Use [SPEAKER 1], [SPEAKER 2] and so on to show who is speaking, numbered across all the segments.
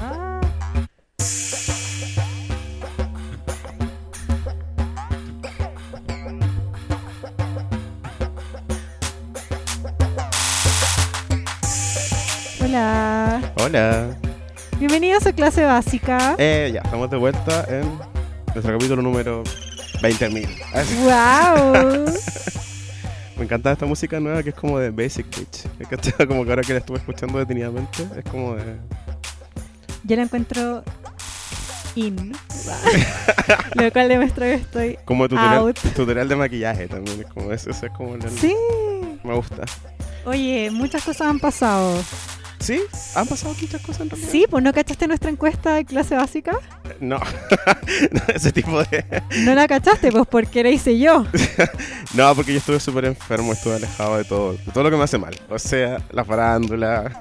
[SPEAKER 1] Ah. Hola.
[SPEAKER 2] Hola.
[SPEAKER 1] Bienvenidos a clase básica.
[SPEAKER 2] Eh, ya, estamos de vuelta en nuestro capítulo número 20.000. Así-
[SPEAKER 1] Wow.
[SPEAKER 2] Me encanta esta música nueva que es como de Basic Bitch. Es que está como que ahora que la estuve escuchando detenidamente, es como de...
[SPEAKER 1] Yo la encuentro in. Lo cual demuestra que estoy
[SPEAKER 2] Como de tutorial,
[SPEAKER 1] Out.
[SPEAKER 2] tutorial de maquillaje también. Es como eso, eso es como... la-
[SPEAKER 1] Sí.
[SPEAKER 2] Me gusta.
[SPEAKER 1] Oye, muchas cosas han pasado.
[SPEAKER 2] ¿Sí? ¿Han pasado muchas cosas en realidad?
[SPEAKER 1] Sí, pues no cachaste nuestra encuesta de clase básica.
[SPEAKER 2] No. No, Ese tipo de...
[SPEAKER 1] No la cachaste, pues porque la hice yo.
[SPEAKER 2] No, porque yo estuve súper enfermo, estuve alejado de todo, de todo lo que me hace mal. O sea, la farándula.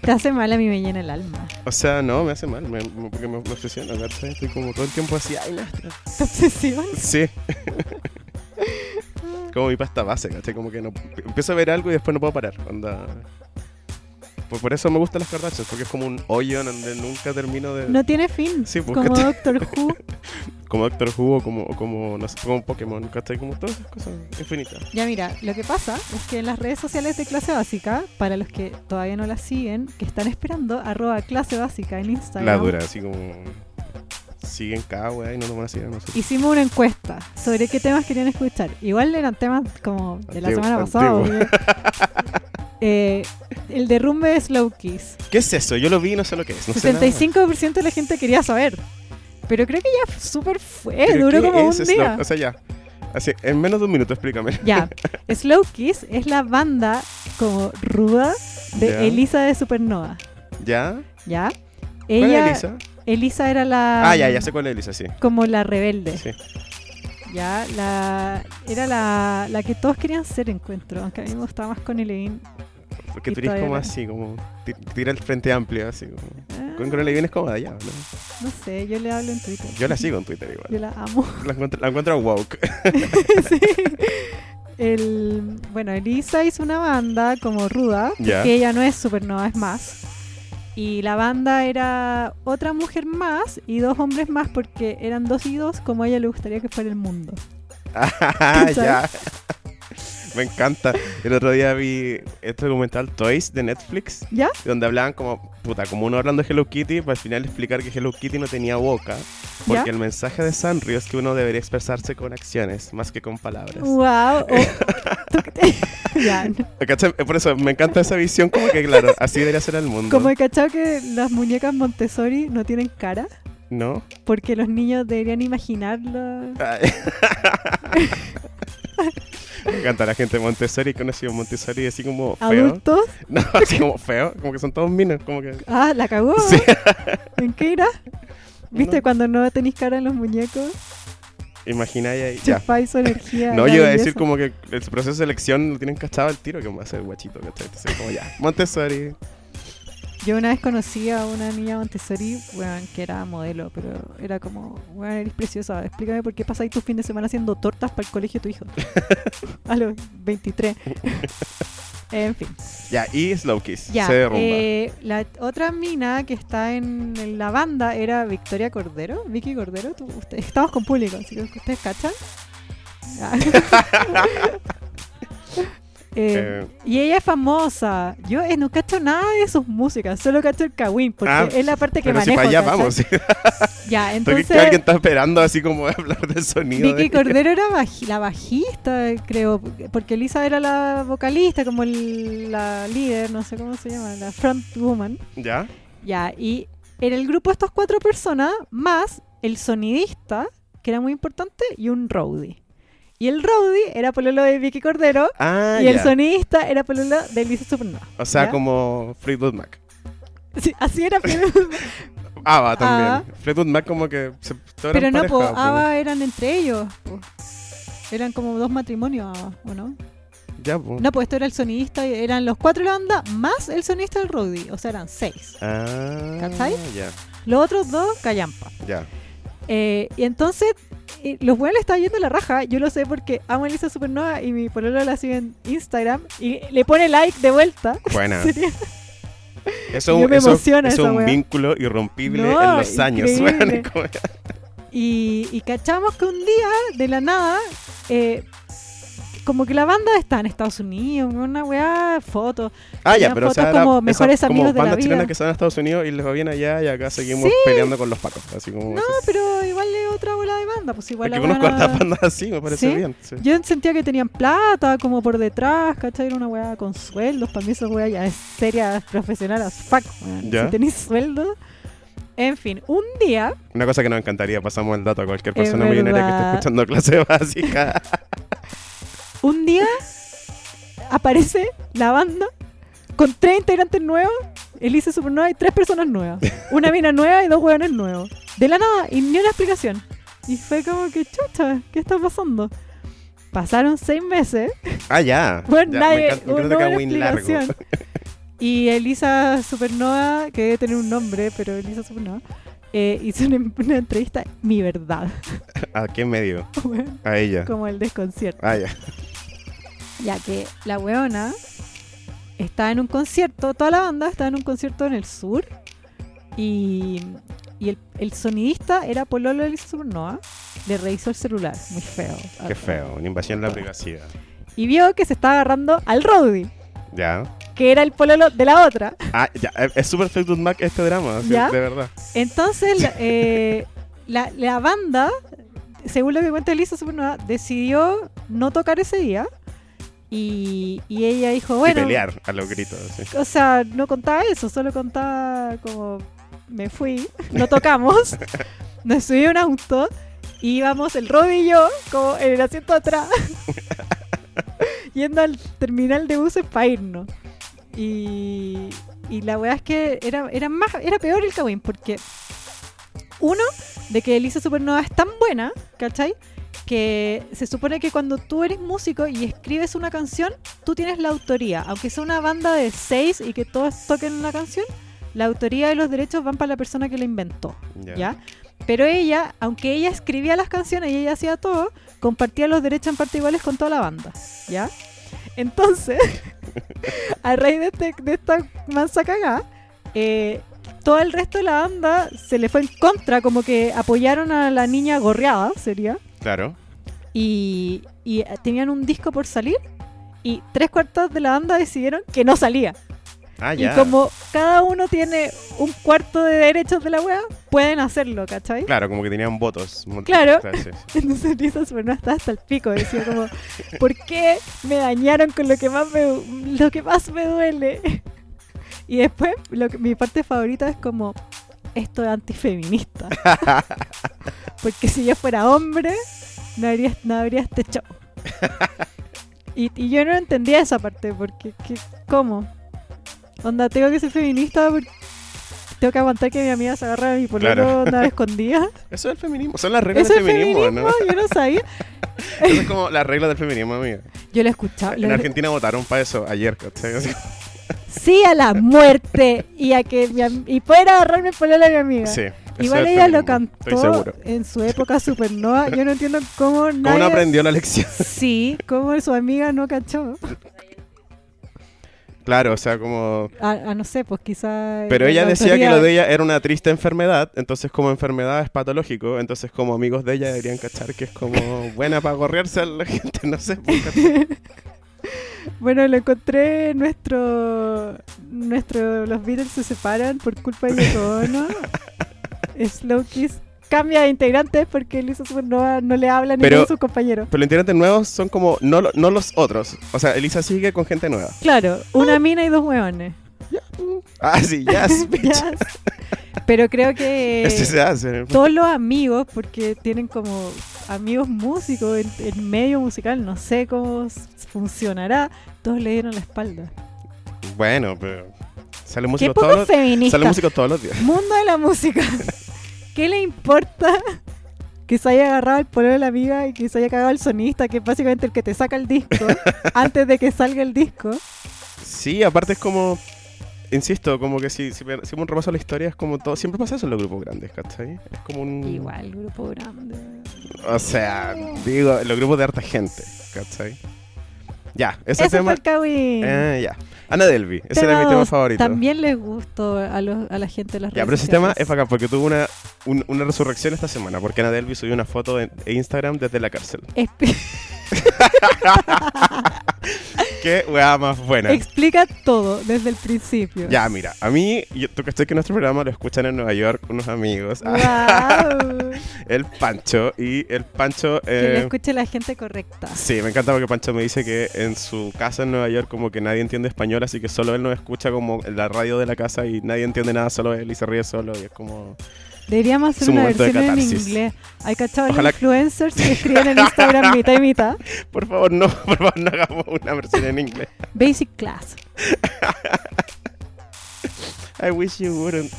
[SPEAKER 1] Te hace mal a mí me llena el alma.
[SPEAKER 2] O sea, no, me hace mal, me- me- porque me, me obsesiona, ¿cachai? Estoy como todo el tiempo así, ay, no.
[SPEAKER 1] ¿Tu obsesión?
[SPEAKER 2] Sí. como mi pasta base, ¿cachai? Como que no, empiezo a ver algo y después no puedo parar. Onda. Por, por eso me gustan las Kardashians, porque es como un hoyo en donde nunca termino de...
[SPEAKER 1] No tiene fin.
[SPEAKER 2] Sí, pues,
[SPEAKER 1] como
[SPEAKER 2] ¿cachai?
[SPEAKER 1] Doctor Who.
[SPEAKER 2] Como Doctor Who o como, o como, no sé, como Pokémon, ¿cachai? Como todas esas cosas infinitas.
[SPEAKER 1] Ya mira, lo que pasa es que en las redes sociales de clase básica, para los que todavía no la siguen, que están esperando, arroba clase básica en Instagram.
[SPEAKER 2] La dura, así como... Siguen cada weá y no nos van a seguir a nosotros.
[SPEAKER 1] Hicimos una encuesta sobre qué temas querían escuchar. Igual eran temas como de la
[SPEAKER 2] Antiguo,
[SPEAKER 1] semana pasada.
[SPEAKER 2] antiguo.
[SPEAKER 1] obvio. Eh, el derrumbe de Slow Kiss.
[SPEAKER 2] ¿Qué es eso? Yo lo vi y no sé lo que es. No sé nada.
[SPEAKER 1] 65% de la gente quería saber. Pero creo que ya f- súper fue.
[SPEAKER 2] ¿Pero
[SPEAKER 1] Duró
[SPEAKER 2] qué
[SPEAKER 1] como un
[SPEAKER 2] es Slow-
[SPEAKER 1] día.
[SPEAKER 2] O sea, ya. Así, en menos de un minuto, explícame.
[SPEAKER 1] Ya. Slow Kiss es la banda como ruda de
[SPEAKER 2] Ya.
[SPEAKER 1] Elisa de Supernova.
[SPEAKER 2] ¿Ya?
[SPEAKER 1] ¿Ya?
[SPEAKER 2] ¿Cuál
[SPEAKER 1] Ella,
[SPEAKER 2] es Elisa?
[SPEAKER 1] Elisa era la.
[SPEAKER 2] Ah, ya, ya sé cuál es Elisa, sí.
[SPEAKER 1] Como la rebelde.
[SPEAKER 2] sí.
[SPEAKER 1] Ya, la, era la, la que todos querían ser encuentro, aunque a mí me gustaba más con Elaine.
[SPEAKER 2] Porque
[SPEAKER 1] Y
[SPEAKER 2] tú eres
[SPEAKER 1] todavía
[SPEAKER 2] como
[SPEAKER 1] no.
[SPEAKER 2] así, como. ti- Tira el frente amplio, así. Como.
[SPEAKER 1] Ah,
[SPEAKER 2] Con Corelli vienes como de allá, ¿no?
[SPEAKER 1] no sé, yo le hablo en Twitter.
[SPEAKER 2] Yo la sigo en Twitter
[SPEAKER 1] Yo
[SPEAKER 2] igual.
[SPEAKER 1] la amo.
[SPEAKER 2] La encuentro, la encuentro woke.
[SPEAKER 1] Sí. El, bueno, Elisa hizo una banda como ruda,
[SPEAKER 2] Ya.
[SPEAKER 1] que ella no es supernova, es más. Y la banda era otra mujer más y dos hombres más porque eran dos y dos como a ella le gustaría que fuera el mundo.
[SPEAKER 2] Ah,
[SPEAKER 1] ¿Cachai?
[SPEAKER 2] ya. Me encanta. El otro día vi este documental Toys de Netflix.
[SPEAKER 1] ¿Ya?
[SPEAKER 2] donde hablaban como, puta, como uno hablando de Hello Kitty, para al final explicar que Hello Kitty no tenía boca, porque
[SPEAKER 1] ¿Ya?
[SPEAKER 2] el mensaje de Sanrio es que uno debería expresarse con acciones, más que con palabras.
[SPEAKER 1] ¡Wow! ya, no.
[SPEAKER 2] ¿Cachai? Por eso me encanta esa visión, como que, claro, así debería ser el mundo.
[SPEAKER 1] Como he cachado que las muñecas Montessori no tienen cara,
[SPEAKER 2] ¿No?
[SPEAKER 1] porque los niños deberían imaginarlo.
[SPEAKER 2] Ay. me encanta la gente de Montessori, que uno ha sido Montessori así como feo.
[SPEAKER 1] Adultos.
[SPEAKER 2] No, así como feo, como que son todos minos, como que...
[SPEAKER 1] Ah, la cagó.
[SPEAKER 2] Sí.
[SPEAKER 1] ¿En qué era? ¿Viste
[SPEAKER 2] No.
[SPEAKER 1] cuando no tenéis cara en los muñecos?
[SPEAKER 2] Imagináis ahí, ya.
[SPEAKER 1] Chupáis su energía.
[SPEAKER 2] No,
[SPEAKER 1] la
[SPEAKER 2] yo iba a
[SPEAKER 1] belleza.
[SPEAKER 2] decir como que el proceso de selección lo tienen cachado al tiro, que va a ser guachito, ¿cachai? Entonces, como ya, Montessori.
[SPEAKER 1] Yo una vez conocí a una niña Montessori, weón, que era modelo, pero era como, weón, eres preciosa, explícame por qué pasáis tu fin de semana haciendo tortas para el colegio de tu hijo. a los 23. en fin.
[SPEAKER 2] Ya, y Slow Kiss.
[SPEAKER 1] Ya,
[SPEAKER 2] se derrumba.
[SPEAKER 1] eh, la otra mina que está en, en la banda era Victoria Cordero. Vicky Cordero, tú- usted- estamos con público, así que ustedes cachan. Ya.
[SPEAKER 2] Ah.
[SPEAKER 1] Eh, Y ella es famosa. Yo eh, no cacho nada de sus músicas, solo cacho el Kawin, porque
[SPEAKER 2] Ah,
[SPEAKER 1] es la parte este que
[SPEAKER 2] Pero si
[SPEAKER 1] manejo.
[SPEAKER 2] para
[SPEAKER 1] ¿cachai?
[SPEAKER 2] allá vamos. sí.
[SPEAKER 1] Ya,
[SPEAKER 2] Porque
[SPEAKER 1] entonces
[SPEAKER 2] alguien está esperando así como hablar del sonido.
[SPEAKER 1] Vicky
[SPEAKER 2] de-
[SPEAKER 1] Cordero era baji- la bajista, creo, porque Elisa era la vocalista, como el- la líder, no sé cómo se llama, la front woman.
[SPEAKER 2] ¿Ya?
[SPEAKER 1] Ya, y en el grupo estas cuatro personas, más el sonidista, que era muy importante, y un roadie. Y el roadie era pololo de Vicky Cordero,
[SPEAKER 2] Ah,
[SPEAKER 1] y el
[SPEAKER 2] ya.
[SPEAKER 1] sonidista era pololo de Lisa Supernova.
[SPEAKER 2] O sea,
[SPEAKER 1] ¿ya?
[SPEAKER 2] como Fleetwood Mac.
[SPEAKER 1] Sí, así era, pero,
[SPEAKER 2] Ah, va también. Fleetwood Mac como que se todo era
[SPEAKER 1] pero no, po, ah,
[SPEAKER 2] emparejado, po.
[SPEAKER 1] ABBA eran entre ellos. po. Eran como dos matrimonios ABBA, ¿o no?
[SPEAKER 2] Ya, po.
[SPEAKER 1] No, pues esto era el sonidista, y eran los cuatro de la banda, más el sonidista del roadie, o sea, eran seis.
[SPEAKER 2] Ah,
[SPEAKER 1] ¿Cachai?
[SPEAKER 2] Ya,
[SPEAKER 1] Los otros dos, callampa.
[SPEAKER 2] ya.
[SPEAKER 1] Eh, y entonces, eh, los buenos le están yendo la raja. Yo lo sé porque amo a Elisa Supernova y mi pololo la sigue en Instagram y le pone like de vuelta.
[SPEAKER 2] Buena.
[SPEAKER 1] Sería-
[SPEAKER 2] Eso,
[SPEAKER 1] Yo me
[SPEAKER 2] eso-
[SPEAKER 1] emociona
[SPEAKER 2] eso
[SPEAKER 1] esa
[SPEAKER 2] es un
[SPEAKER 1] wea.
[SPEAKER 2] vínculo irrompible
[SPEAKER 1] No,
[SPEAKER 2] en los años.
[SPEAKER 1] increíble.
[SPEAKER 2] weón, es como-
[SPEAKER 1] Y, y cachamos que un día, de la nada, eh, como que la banda está en Estados Unidos, una weá, fotos.
[SPEAKER 2] Ah, ya,
[SPEAKER 1] Tenían
[SPEAKER 2] pero o sea,
[SPEAKER 1] fotos
[SPEAKER 2] era
[SPEAKER 1] como
[SPEAKER 2] esas-
[SPEAKER 1] mejores
[SPEAKER 2] como
[SPEAKER 1] amigos de la
[SPEAKER 2] bandas chilenas
[SPEAKER 1] vida.
[SPEAKER 2] que se van a Estados Unidos y les va bien allá y acá seguimos peleando con los pacos. Así como
[SPEAKER 1] No, pero igual es otra bola de banda, pues igual
[SPEAKER 2] Porque
[SPEAKER 1] la
[SPEAKER 2] conozco
[SPEAKER 1] weá-
[SPEAKER 2] hartas bandas así, me parece
[SPEAKER 1] ¿Sí?
[SPEAKER 2] bien. sí.
[SPEAKER 1] Yo sentía que tenían plata, como por detrás, ¿cachai? Era una weá con sueldos. Para mí esa weá ya es seria, profesional as fuck, weón.
[SPEAKER 2] ¿Ya?
[SPEAKER 1] Si tenéis sueldo. En fin, un día,
[SPEAKER 2] Una cosa que nos encantaría, pasamos el dato a cualquier
[SPEAKER 1] Es
[SPEAKER 2] persona millonaria que esté
[SPEAKER 1] verdad.
[SPEAKER 2] escuchando clase básica.
[SPEAKER 1] un día aparece la banda con tres integrantes nuevos, Elise Supernova y tres personas nuevas. Una mina nueva y dos weones nuevos. De la nada, y ni una explicación. Y fue como que, chucha, ¿qué está pasando? Pasaron seis meses
[SPEAKER 2] ah, ya.
[SPEAKER 1] Bueno,
[SPEAKER 2] Ya,
[SPEAKER 1] nadie,
[SPEAKER 2] me encanta, me
[SPEAKER 1] no
[SPEAKER 2] encanta
[SPEAKER 1] hubo
[SPEAKER 2] que haga
[SPEAKER 1] una
[SPEAKER 2] win largo.
[SPEAKER 1] explicación. Y Elisa Supernova, que debe tener un nombre, pero Elisa Supernova, eh, hizo una, una entrevista, mi verdad,
[SPEAKER 2] ¿A qué medio?
[SPEAKER 1] weón,
[SPEAKER 2] A ella.
[SPEAKER 1] como el desconcierto.
[SPEAKER 2] Ah, ya.
[SPEAKER 1] Ya que la weona está en un concierto, toda la banda está en un concierto en el sur, y, y el, el sonidista era Pololo de Elisa Supernova, le revisó el celular, muy feo.
[SPEAKER 2] Qué feo, una invasión a la privacidad.
[SPEAKER 1] Y vio que se estaba agarrando al Roddy,
[SPEAKER 2] Ya.
[SPEAKER 1] que era el Pololo de la otra.
[SPEAKER 2] Ah, ya. Es- Es súper Fleetwood Mac este drama, sí,
[SPEAKER 1] ¿Ya?
[SPEAKER 2] de verdad.
[SPEAKER 1] Entonces, la- eh, la, la banda, según lo que cuenta Elisa Supernova, decidió no tocar ese día. Y, y ella dijo, bueno,
[SPEAKER 2] y pelear a los gritos. sí.
[SPEAKER 1] o sea, no contaba eso, solo contaba como me fui, no tocamos, nos subí a un auto y íbamos el Roddy y yo como en el asiento atrás yendo al terminal de buses para irnos. Y, y la weá es que era, era, más, era peor el Kawin porque uno, de que Elisa Supernova es tan buena, ¿cachai? Que se supone que cuando tú eres músico y escribes una canción, tú tienes la autoría. Aunque sea una banda de seis y que todos toquen una canción, la autoría y los derechos van para la persona que la inventó,
[SPEAKER 2] Ya.
[SPEAKER 1] ¿ya? Pero ella, aunque ella escribía las canciones y ella hacía todo, compartía los derechos en parte iguales con toda la banda, ¿ya? Entonces, a raíz de, este- de esta mansa cagada, eh, todo el resto de la banda se le fue en contra, como que apoyaron a la niña gorreada, sería,
[SPEAKER 2] Claro.
[SPEAKER 1] y, y eh, tenían un disco por salir, y tres cuartos de la banda decidieron que no salía.
[SPEAKER 2] Ah,
[SPEAKER 1] Y
[SPEAKER 2] ya.
[SPEAKER 1] como cada uno tiene un cuarto de derechos de la wea, pueden hacerlo, ¿cachai?
[SPEAKER 2] Claro, como que tenían votos. Mont-
[SPEAKER 1] Claro.
[SPEAKER 2] sí, sí.
[SPEAKER 1] Entonces Lisa Supernova estaba hasta el pico, decía como, ¿por qué me dañaron con lo que más me, du- lo que más me duele? Y después, lo que, mi parte favorita es como, esto es antifeminista. Porque si yo fuera hombre, no habría, no habría este show. Y, y yo no entendía esa parte, porque, ¿qué- ¿cómo? Onda, tengo que ser feminista porque tengo que aguantar que mi amiga se agarra a mi pololo
[SPEAKER 2] Claro.
[SPEAKER 1] onda escondida.
[SPEAKER 2] Eso es el feminismo. Son las reglas
[SPEAKER 1] Eso es
[SPEAKER 2] del feminismo,
[SPEAKER 1] feminismo,
[SPEAKER 2] ¿no?
[SPEAKER 1] yo no sabía.
[SPEAKER 2] Eso es como las reglas del feminismo, amiga.
[SPEAKER 1] Yo lo escuchaba.
[SPEAKER 2] En
[SPEAKER 1] lo-
[SPEAKER 2] Argentina votaron para eso ayer, ¿cachai? Así-
[SPEAKER 1] Sí a la muerte y a que mi am- y poder agarrarme por la de mi amiga.
[SPEAKER 2] Sí. eso
[SPEAKER 1] Igual
[SPEAKER 2] es
[SPEAKER 1] ella lo
[SPEAKER 2] feminismo, Estoy
[SPEAKER 1] cantó
[SPEAKER 2] seguro.
[SPEAKER 1] en su época supernova. Yo no entiendo cómo nadie.
[SPEAKER 2] ¿Cómo no aprendió la lección?
[SPEAKER 1] Sí, cómo su amiga no cachó.
[SPEAKER 2] Claro, o sea, como...
[SPEAKER 1] A, a no sé, pues quizá.
[SPEAKER 2] Pero
[SPEAKER 1] la
[SPEAKER 2] ella decía que
[SPEAKER 1] autoría-
[SPEAKER 2] lo de ella era una triste enfermedad, entonces como enfermedad es patológico, entonces como amigos de ella deberían cachar que es como buena para gorrearse a la gente, no sé. pues, ¿cachai?
[SPEAKER 1] Bueno, lo encontré. Nuestro. nuestro Los Beatles se separan por culpa de Yoko Ono. Slow Kiss cambia de integrantes porque Lisa Supernova no le habla a ninguno
[SPEAKER 2] Pero-
[SPEAKER 1] de sus compañeros.
[SPEAKER 2] Pero los integrantes nuevos son como no, lo- no los otros. O sea, Elisa sigue con gente nueva.
[SPEAKER 1] Claro, una mina y dos hueones.
[SPEAKER 2] Ah, sí, yes, bitch.
[SPEAKER 1] Jazz. Pero creo que
[SPEAKER 2] Este se hace.
[SPEAKER 1] todos los amigos, porque tienen como amigos músicos en, en medio musical, no sé cómo s- funcionará, todos le dieron la espalda.
[SPEAKER 2] Bueno, pero sale
[SPEAKER 1] Qué
[SPEAKER 2] músico
[SPEAKER 1] poco
[SPEAKER 2] todos los,
[SPEAKER 1] feminista.
[SPEAKER 2] sale músico todos los días.
[SPEAKER 1] Mundo de la música. ¿Qué le importa que se haya agarrado el polvo de la amiga y que se haya cagado el sonista, que es básicamente el que te saca el disco antes de que salga el disco?
[SPEAKER 2] Sí, aparte es como insisto, como que si si me- si un repaso a la historia es como todo, siempre pasa eso en los grupos grandes, ¿cachai? Es como un
[SPEAKER 1] Igual, grupo grande.
[SPEAKER 2] O sea, digo, los grupos de harta gente, ¿cachai? Ya, ese,
[SPEAKER 1] Ese fue
[SPEAKER 2] tema.
[SPEAKER 1] el Kawin.
[SPEAKER 2] Eh, ya. Ana Delby, ese era mi
[SPEAKER 1] Tema
[SPEAKER 2] tema
[SPEAKER 1] dos,
[SPEAKER 2] favorito.
[SPEAKER 1] También les gustó a, los, a la gente de las
[SPEAKER 2] Ya,
[SPEAKER 1] redes
[SPEAKER 2] pero ese tema
[SPEAKER 1] sociales.
[SPEAKER 2] es bacán porque tuvo una, un- una resurrección esta semana. Porque Ana Delby subió una foto en en Instagram desde la cárcel.
[SPEAKER 1] Espe-
[SPEAKER 2] Qué weá más buena.
[SPEAKER 1] Explica todo desde el principio.
[SPEAKER 2] Ya, mira, a mí, yo, tú cachai que nuestro programa lo escuchan en Nueva York unos amigos. ah,
[SPEAKER 1] Wow.
[SPEAKER 2] El Pancho. Y el Pancho.
[SPEAKER 1] que lo
[SPEAKER 2] eh,
[SPEAKER 1] escuche la gente correcta.
[SPEAKER 2] Sí, me encanta porque Pancho me dice que en su casa en Nueva York como que nadie entiende español, así que solo él nos escucha como en la radio de la casa y nadie entiende nada, solo él y se ríe solo y es como...
[SPEAKER 1] Deberíamos hacer
[SPEAKER 2] Su
[SPEAKER 1] una
[SPEAKER 2] momento de
[SPEAKER 1] versión en
[SPEAKER 2] catarsis.
[SPEAKER 1] inglés. Hay cachados
[SPEAKER 2] Ojalá-
[SPEAKER 1] influencers que escriben en Instagram mitad y mitad.
[SPEAKER 2] Por favor, no, por favor, no hagamos una versión en inglés.
[SPEAKER 1] Basic class.
[SPEAKER 2] I wish you wouldn't.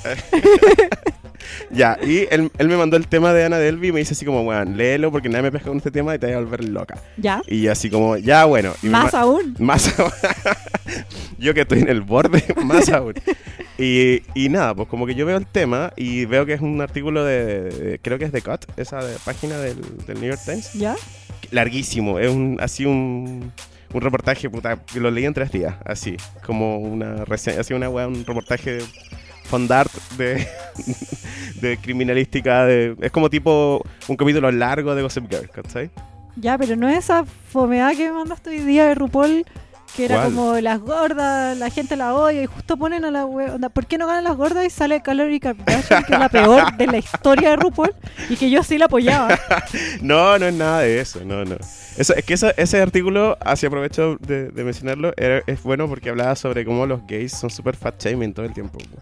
[SPEAKER 2] ya, y él, él me mandó el tema de Ana Delby y me dice así como, weón, léelo porque nadie me pesca con este tema y te vas a volver loca.
[SPEAKER 1] ¿Ya?
[SPEAKER 2] Y yo así como, ya bueno. Y me ma-
[SPEAKER 1] Más aún.
[SPEAKER 2] Más aún. yo que estoy en el borde, más aún. Y, y nada, pues como que yo veo el tema y veo que es un artículo de, de- creo que es de Cut, esa de- página del, del New York Times.
[SPEAKER 1] ¿Ya?
[SPEAKER 2] Larguísimo, es un, así un, un reportaje, puta, que lo leí en tres días, así, como una reseña, así una weá, un reportaje fondart de, de criminalística, de, es como tipo un capítulo largo de Gossip Girl, ¿cachai?
[SPEAKER 1] Ya, pero no esa fomeada que me mandaste hoy día de RuPaul, que era
[SPEAKER 2] ¿Cuál?
[SPEAKER 1] como las gordas, la gente la odia y justo ponen a la we- onda, ¿Por qué no ganan las gordas y sale Calorie Kardashian, que es la peor de la historia de RuPaul y que yo sí la apoyaba?
[SPEAKER 2] No, no es nada de eso, no, no. Eso, es que esa- ese artículo, así aprovecho de, de mencionarlo, era- es bueno porque hablaba sobre cómo los gays son súper fat shaming todo el tiempo. po.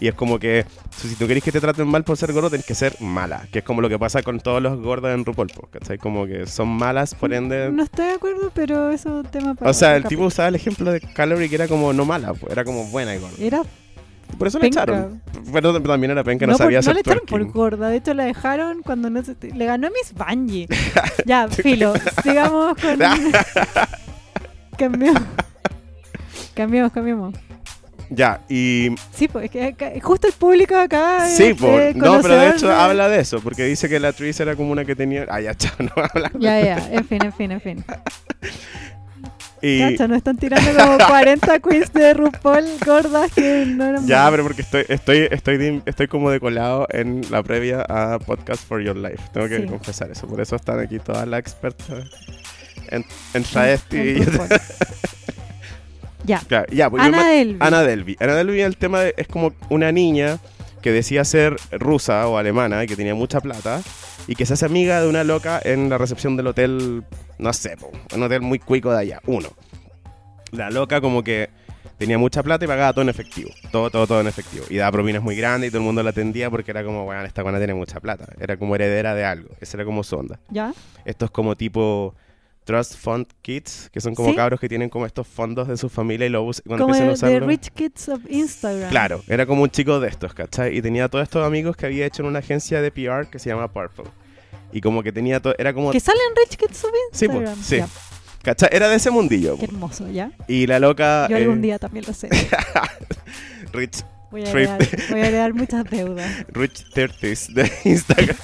[SPEAKER 2] Y es como que si tú querés que te traten mal por ser gordo, tenés que ser mala. Que es como lo que pasa con todos los gordos en RuPaul, po, ¿cachai? Como que son malas, por ende...
[SPEAKER 1] No estoy de acuerdo, pero eso es un tema para.
[SPEAKER 2] Eh. o sea,
[SPEAKER 1] otro
[SPEAKER 2] el tipo
[SPEAKER 1] capítulo.
[SPEAKER 2] usaba el ejemplo de Calorie que era como no mala, po, era como buena y gorda.
[SPEAKER 1] Era
[SPEAKER 2] Por eso
[SPEAKER 1] Eh, penca.
[SPEAKER 2] la echaron. Pero también era penca, no,
[SPEAKER 1] por-
[SPEAKER 2] sabía hacer
[SPEAKER 1] le echaron por
[SPEAKER 2] twerking.
[SPEAKER 1] gorda, de hecho la dejaron cuando no se- le ganó a Miss Bungie. ya, filo, sigamos con cambiamos. Cambiamos, cambiamos.
[SPEAKER 2] Ya, y
[SPEAKER 1] Sí, pues es que acá- justo el público acá es,
[SPEAKER 2] Sí, po.
[SPEAKER 1] eh,
[SPEAKER 2] no, pero de
[SPEAKER 1] conocedor
[SPEAKER 2] hecho habla de eso, porque dice que la actriz era como una que tenía. Ah, ya, chao, no habla.
[SPEAKER 1] Ya, ya, en fin, en fin, en fin.
[SPEAKER 2] Y
[SPEAKER 1] Cacha, nos están tirando como 40 quiz de RuPaul gordas que no eran
[SPEAKER 2] ya,
[SPEAKER 1] buenas.
[SPEAKER 2] pero porque estoy, estoy, estoy, de- estoy como decolado en la previa a Podcast for Your Life. Tengo que
[SPEAKER 1] Sí.
[SPEAKER 2] confesar eso. Por eso están aquí todas las expertas en, en travesti.
[SPEAKER 1] En
[SPEAKER 2] y-
[SPEAKER 1] RuPaul. ya,
[SPEAKER 2] Claro, ya, pues yo
[SPEAKER 1] Ana
[SPEAKER 2] me-
[SPEAKER 1] Delvey.
[SPEAKER 2] Ana Delby. Ana Delby, el tema de- es como una niña que decía ser rusa o alemana y que tenía mucha plata y que se hace amiga de una loca en la recepción del hotel, no sé, po, un hotel muy cuico de allá, uno. La loca como que tenía mucha plata y pagaba todo en efectivo, todo, todo, todo en efectivo. Y daba propinas muy grandes y todo el mundo la atendía porque era como, bueno, esta buena tiene mucha plata, era como heredera de algo, esa era como su onda.
[SPEAKER 1] ya.
[SPEAKER 2] Estos como tipo... Trust Fund Kids, que son como
[SPEAKER 1] ¿Sí?
[SPEAKER 2] cabros que tienen como estos fondos de su familia y lo usan cuando
[SPEAKER 1] Como
[SPEAKER 2] empiezan a
[SPEAKER 1] de, de
[SPEAKER 2] usarlo.
[SPEAKER 1] Rich Kids of Instagram.
[SPEAKER 2] Claro, era como un chico de estos, ¿cachai? Y tenía todos estos amigos que había hecho en una agencia de PR que se llama Purple. Y como que tenía todo, era como...
[SPEAKER 1] Que salen Rich Kids of
[SPEAKER 2] Sí, po,
[SPEAKER 1] Instagram.
[SPEAKER 2] sí.
[SPEAKER 1] Ya,
[SPEAKER 2] ¿Cachai? Era de ese mundillo.
[SPEAKER 1] qué
[SPEAKER 2] po.
[SPEAKER 1] hermoso, ya.
[SPEAKER 2] Y la loca...
[SPEAKER 1] Yo algún
[SPEAKER 2] eh,
[SPEAKER 1] día también lo sé.
[SPEAKER 2] Rich,
[SPEAKER 1] Voy a,
[SPEAKER 2] Trip.
[SPEAKER 1] heredar, voy a heredar muchas deudas.
[SPEAKER 2] Rich 30s de Instagram.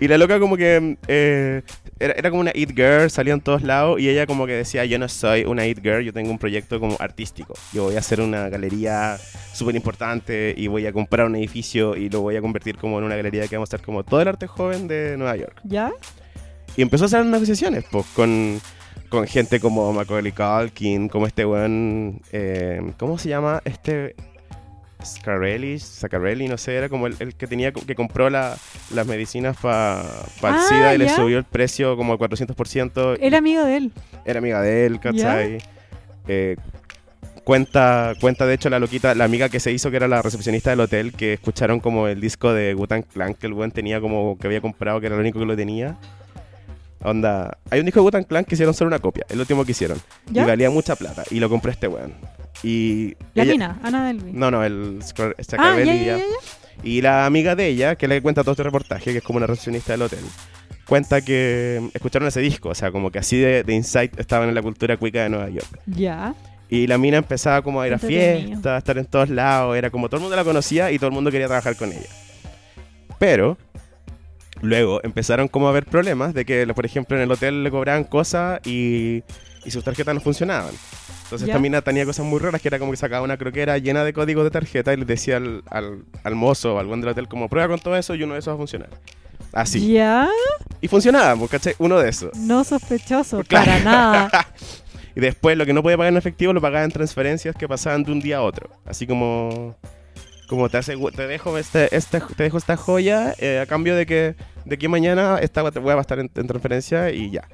[SPEAKER 2] y la loca como que... eh, era, era como una it girl, salía en todos lados y ella como que decía, yo no soy una it girl, yo tengo un proyecto como artístico. Yo voy a hacer una galería súper importante y voy a comprar un edificio y lo voy a convertir como en una galería que va a mostrar como todo el arte joven de Nueva York.
[SPEAKER 1] ¿Ya?
[SPEAKER 2] Y empezó a hacer negociaciones pues, con, con gente como Macaulay Culkin, como este weón, eh, ¿cómo se llama? Este Scarelli, Scarelli, no sé, era como el, el que tenía que compró la- las medicinas para el
[SPEAKER 1] Ah,
[SPEAKER 2] SIDA y le
[SPEAKER 1] ya. Eh,
[SPEAKER 2] subió el precio como al 400%.
[SPEAKER 1] Era amigo de él.
[SPEAKER 2] Era amiga de él, ¿cachai? Eh, cuenta, cuenta de hecho la loquita, la amiga que se hizo, que era la recepcionista del hotel, que escucharon como el disco de Gutan Clan que el buen tenía como que había comprado, que era lo único que lo tenía. Onda, hay un disco de Gutan Clan que hicieron solo una copia, el último que hicieron.
[SPEAKER 1] ¿Ya?
[SPEAKER 2] Y valía mucha plata, y lo compró este weón. Y.
[SPEAKER 1] La
[SPEAKER 2] ella-
[SPEAKER 1] mina, Ana Delvey.
[SPEAKER 2] No, no, el Scar-
[SPEAKER 1] ah,
[SPEAKER 2] Scarabelli
[SPEAKER 1] ya,
[SPEAKER 2] ya.
[SPEAKER 1] ya, ya, ya.
[SPEAKER 2] Y la amiga de ella, que le cuenta todo este reportaje, que es como una recepcionista del hotel, cuenta que escucharon ese disco, o sea, como que así de, de insight estaban en la cultura cuica de Nueva York.
[SPEAKER 1] Ya.
[SPEAKER 2] Y la mina empezaba como a ir a
[SPEAKER 1] Entretenido.
[SPEAKER 2] fiestas, a estar en todos lados, era como todo el mundo la conocía y todo el mundo quería trabajar con ella. Pero Luego empezaron como a haber problemas de que, por ejemplo, en el hotel le cobraban cosas y, y sus tarjetas no funcionaban. Entonces
[SPEAKER 1] Ya.
[SPEAKER 2] esta mina tenía cosas muy raras que era como que sacaba una croquera llena de códigos de tarjeta y le decía al, al, al mozo o al buen del hotel como prueba con todo eso y uno de esos va a funcionar. Así.
[SPEAKER 1] Ya,
[SPEAKER 2] Y funcionaba, pues, ¿cachai? Uno de esos.
[SPEAKER 1] no sospechoso,
[SPEAKER 2] Claro.
[SPEAKER 1] para nada.
[SPEAKER 2] Y después lo que no podía pagar en efectivo lo pagaba en transferencias que pasaban de un día a otro. Así como, como te, asegu- te, dejo este, este- te dejo esta joya eh, a cambio de que, de que mañana esta gua- weá va a estar en, en transferencia y ya.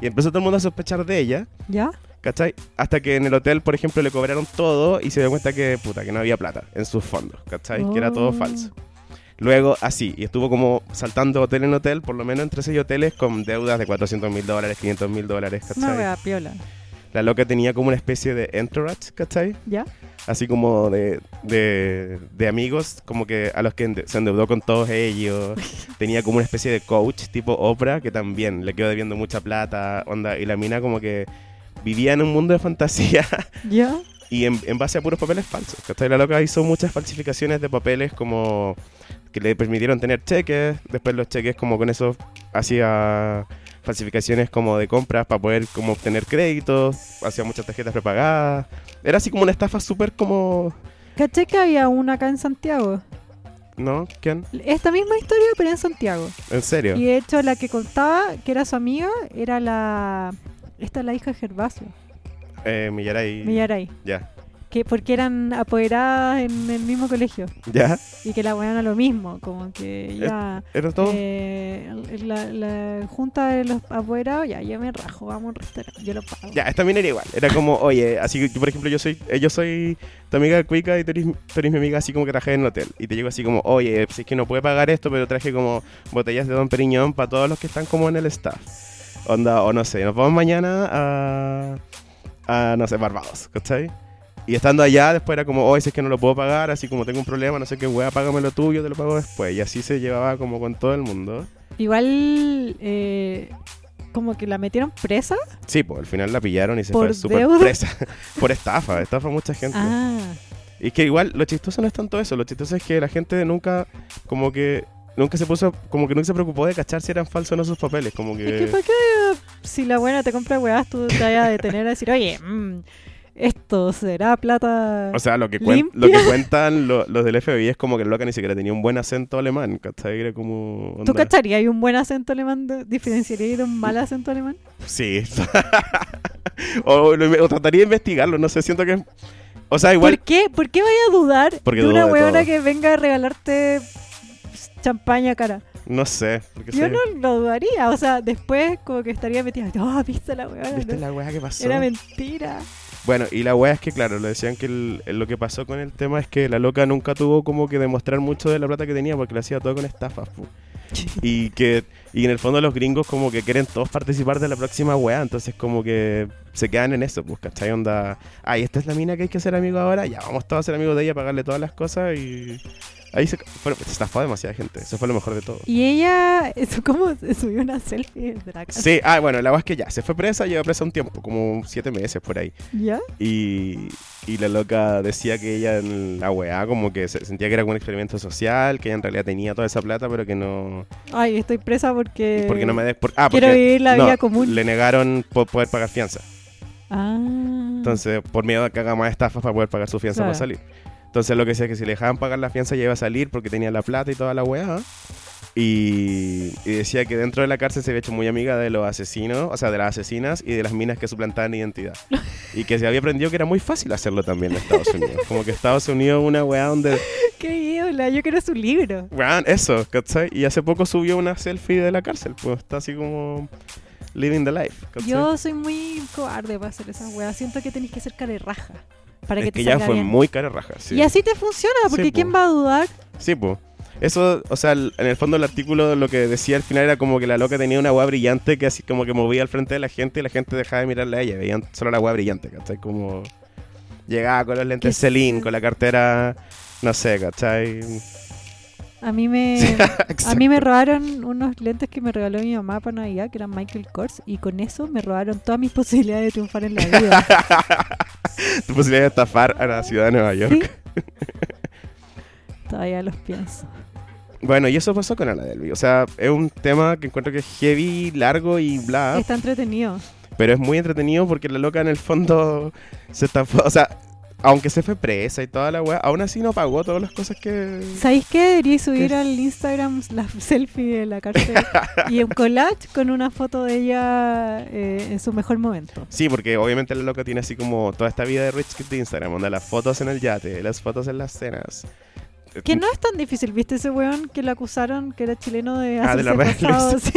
[SPEAKER 2] Y empezó todo el mundo a sospechar de ella,
[SPEAKER 1] ¿Ya?
[SPEAKER 2] ¿cachai? Hasta que en el hotel, por ejemplo, le cobraron todo y se dio cuenta que, puta, que no había plata en sus fondos, ¿cachai? Que era todo
[SPEAKER 1] Oh.
[SPEAKER 2] falso. Luego, así, y estuvo como saltando hotel en hotel, por lo menos entre seis hoteles, con deudas de 400 mil dólares, 500 mil dólares, ¿cachai?
[SPEAKER 1] Una wea piola.
[SPEAKER 2] La loca tenía como una especie de entourage, ¿cachai?
[SPEAKER 1] ¿Ya?
[SPEAKER 2] Así como de, de, de amigos, como que a los que ende- se endeudó con todos ellos. Tenía como una especie de coach tipo Oprah, que también le quedó debiendo mucha plata, onda. Y la mina como que vivía en un mundo de fantasía
[SPEAKER 1] ¿Ya?
[SPEAKER 2] y en, en base a puros papeles falsos, ¿cachai? La loca hizo muchas falsificaciones de papeles como que le permitieron tener cheques, después los cheques como con eso hacía falsificaciones como de compras para poder como obtener créditos, hacía muchas tarjetas prepagadas. Era así como una estafa súper como...
[SPEAKER 1] Caché que había una acá en Santiago.
[SPEAKER 2] ¿No? ¿Quién?
[SPEAKER 1] Esta misma historia, pero en Santiago.
[SPEAKER 2] ¿En serio?
[SPEAKER 1] Y de hecho, la que contaba que era su amiga era la. Esta es la hija de Gervasio,
[SPEAKER 2] Eh, Millaray.
[SPEAKER 1] Millaray.
[SPEAKER 2] Ya.
[SPEAKER 1] Que porque eran apoderadas en el mismo colegio.
[SPEAKER 2] ¿Ya?
[SPEAKER 1] Y que la weón a lo mismo. Como que ya.
[SPEAKER 2] ¿Era todo?
[SPEAKER 1] eh, la, la junta de los apoderados, ya, yo me rajo, vamos a un restaurante, yo lo pago.
[SPEAKER 2] Ya, esta mina era igual. Era como, oye, así que, yo, por ejemplo, yo soy, eh, yo soy tu amiga cuica y tú eres, tú eres mi amiga así como que traje en el hotel. Y te llego así como, oye, si es que no puede pagar esto, pero traje como botellas de Don Periñón para todos los que están como en el staff. Onda, o no sé, nos vamos mañana a, a no sé, Barbados, ¿cachai? Y estando allá, después era como, oye, si es que no lo puedo pagar, así como tengo un problema, no sé qué, weá, págamelo tú, yo te lo pago después. Y así se llevaba como con todo el mundo.
[SPEAKER 1] Igual, eh, como que la metieron presa.
[SPEAKER 2] Sí, pues al final la pillaron y se
[SPEAKER 1] ¿Por
[SPEAKER 2] fue súper
[SPEAKER 1] deuda?
[SPEAKER 2] presa. Por estafa, estafa a mucha gente.
[SPEAKER 1] Ah,
[SPEAKER 2] Y que igual, lo chistoso no es tanto eso, lo chistoso es que la gente nunca, como que, nunca se puso, como que nunca se preocupó de cachar si eran falsos o no sus papeles, como
[SPEAKER 1] es que
[SPEAKER 2] que...
[SPEAKER 1] para qué si la buena te compra weas, tú te vas a detener a decir, oye, mm, esto será plata.
[SPEAKER 2] O sea, lo que, cuen-
[SPEAKER 1] limpia.
[SPEAKER 2] lo que cuentan lo- los del FBI es como que el loca ni siquiera tenía un buen acento alemán, ¿cachai? Era como...
[SPEAKER 1] ¿Tú
[SPEAKER 2] onda-
[SPEAKER 1] cacharías hay un buen acento alemán? de- ¿Diferenciarías de un mal acento alemán?
[SPEAKER 2] Sí. o, lo inve- o trataría de investigarlo, no sé, siento que... O sea, igual...
[SPEAKER 1] ¿Por qué? ¿Por qué vaya a dudar
[SPEAKER 2] Porque
[SPEAKER 1] de una
[SPEAKER 2] dudo de
[SPEAKER 1] weona
[SPEAKER 2] todo.
[SPEAKER 1] que venga a regalarte champaña cara?
[SPEAKER 2] No sé. Porque
[SPEAKER 1] Yo
[SPEAKER 2] sé-
[SPEAKER 1] no lo dudaría, o sea, después como que estaría metida, ah, viste la weona,
[SPEAKER 2] ¿Viste
[SPEAKER 1] no,
[SPEAKER 2] la weá que pasó?
[SPEAKER 1] era mentira.
[SPEAKER 2] Bueno, y la weá es que, claro, le decían que el- el- lo que pasó con el tema es que la loca nunca tuvo como que demostrar mucho de la plata que tenía porque lo hacía todo con estafas. pu. Y que y en el fondo los gringos como que quieren todos participar de la próxima weá, entonces como que se quedan en eso, pues, ¿cachai? Onda, ay, esta es la mina que hay que ser amigo ahora, ya, vamos todos a ser amigos de ella, pagarle todas las cosas y... Ahí se, pero se estafó a demasiada gente, eso fue lo mejor de todo.
[SPEAKER 1] Y ella, eso como subió una selfie de la casa.
[SPEAKER 2] Sí, ah, bueno, la weá es que ya, se fue presa, lleva presa un tiempo, como siete meses por ahí.
[SPEAKER 1] ¿Ya?
[SPEAKER 2] Y, y la loca decía que ella en la weá como que se- sentía que era como un experimento social, que ella en realidad tenía toda esa plata, pero que no...
[SPEAKER 1] Ay, estoy presa porque...
[SPEAKER 2] porque no me des por... Ah,
[SPEAKER 1] quiero
[SPEAKER 2] porque-
[SPEAKER 1] vivir la
[SPEAKER 2] no,
[SPEAKER 1] vida común.
[SPEAKER 2] Le negaron po- poder pagar fianza.
[SPEAKER 1] Ah.
[SPEAKER 2] Entonces, por miedo a que haga más estafas para poder pagar su fianza
[SPEAKER 1] Claro.
[SPEAKER 2] para salir. Entonces, lo que decía es que si le dejaban pagar la fianza, ya iba a salir porque tenía la plata y toda la weá. Y, y decía que dentro de la cárcel se había hecho muy amiga de los asesinos, o sea, de las asesinas y de las minas que suplantaban identidad. Y que se había aprendido que era muy fácil hacerlo también en Estados Unidos. Como que Estados Unidos es una weá donde.
[SPEAKER 1] Qué ídola, yo quiero su libro.
[SPEAKER 2] Weón, eso, ¿cachai? Y hace poco subió una selfie de la cárcel, pues está así como. Living the life. ¿cachai?
[SPEAKER 1] Yo soy muy cobarde para hacer esas weas. Siento que tenés que ser cara de raja para
[SPEAKER 2] es
[SPEAKER 1] que
[SPEAKER 2] que,
[SPEAKER 1] te
[SPEAKER 2] ya
[SPEAKER 1] salga
[SPEAKER 2] fue
[SPEAKER 1] bien.
[SPEAKER 2] muy cara raja. Sí.
[SPEAKER 1] Y así te funciona,
[SPEAKER 2] Sí,
[SPEAKER 1] porque
[SPEAKER 2] po.
[SPEAKER 1] ¿quién va a dudar?
[SPEAKER 2] Sí, pues. Eso, o sea, el- en el fondo el artículo lo que decía al final era como que la loca tenía una agua brillante que así como que movía al frente de la gente y la gente dejaba de mirarla a ella, veían solo la agua brillante, ¿cachai? Como llegaba con los lentes
[SPEAKER 1] Qué
[SPEAKER 2] Celine,
[SPEAKER 1] feo.
[SPEAKER 2] con la cartera, no sé, ¿cachai?
[SPEAKER 1] A mí me... A mí me robaron unos lentes que me regaló mi mamá para Navidad, que eran Michael Kors, y con eso me robaron todas mis posibilidades de triunfar en la vida.
[SPEAKER 2] Tu posibilidad de estafar a la ciudad de Nueva York.
[SPEAKER 1] Sí. Todavía los pienso.
[SPEAKER 2] Bueno, y eso pasó con Ana Delvey. O sea, es un tema que encuentro que es heavy, largo y bla.
[SPEAKER 1] Está entretenido.
[SPEAKER 2] Pero es muy entretenido porque la loca en el fondo se está... O sea, aunque se fue presa y toda la weá, aún así no pagó todas las cosas que...
[SPEAKER 1] ¿Sabéis qué? Debería subir al Instagram la selfie de la cárcel y un collage con una foto de ella eh, en su mejor momento.
[SPEAKER 2] Sí, porque obviamente la loca tiene así como toda esta vida de Rich Kid de Instagram, donde las fotos en el yate, las fotos en las cenas. eh,
[SPEAKER 1] Que no es tan difícil, ¿viste ese weón que lo acusaron que era chileno de
[SPEAKER 2] Ah, de
[SPEAKER 1] hacerse
[SPEAKER 2] la Red
[SPEAKER 1] pasado?
[SPEAKER 2] Luis.
[SPEAKER 1] Sí.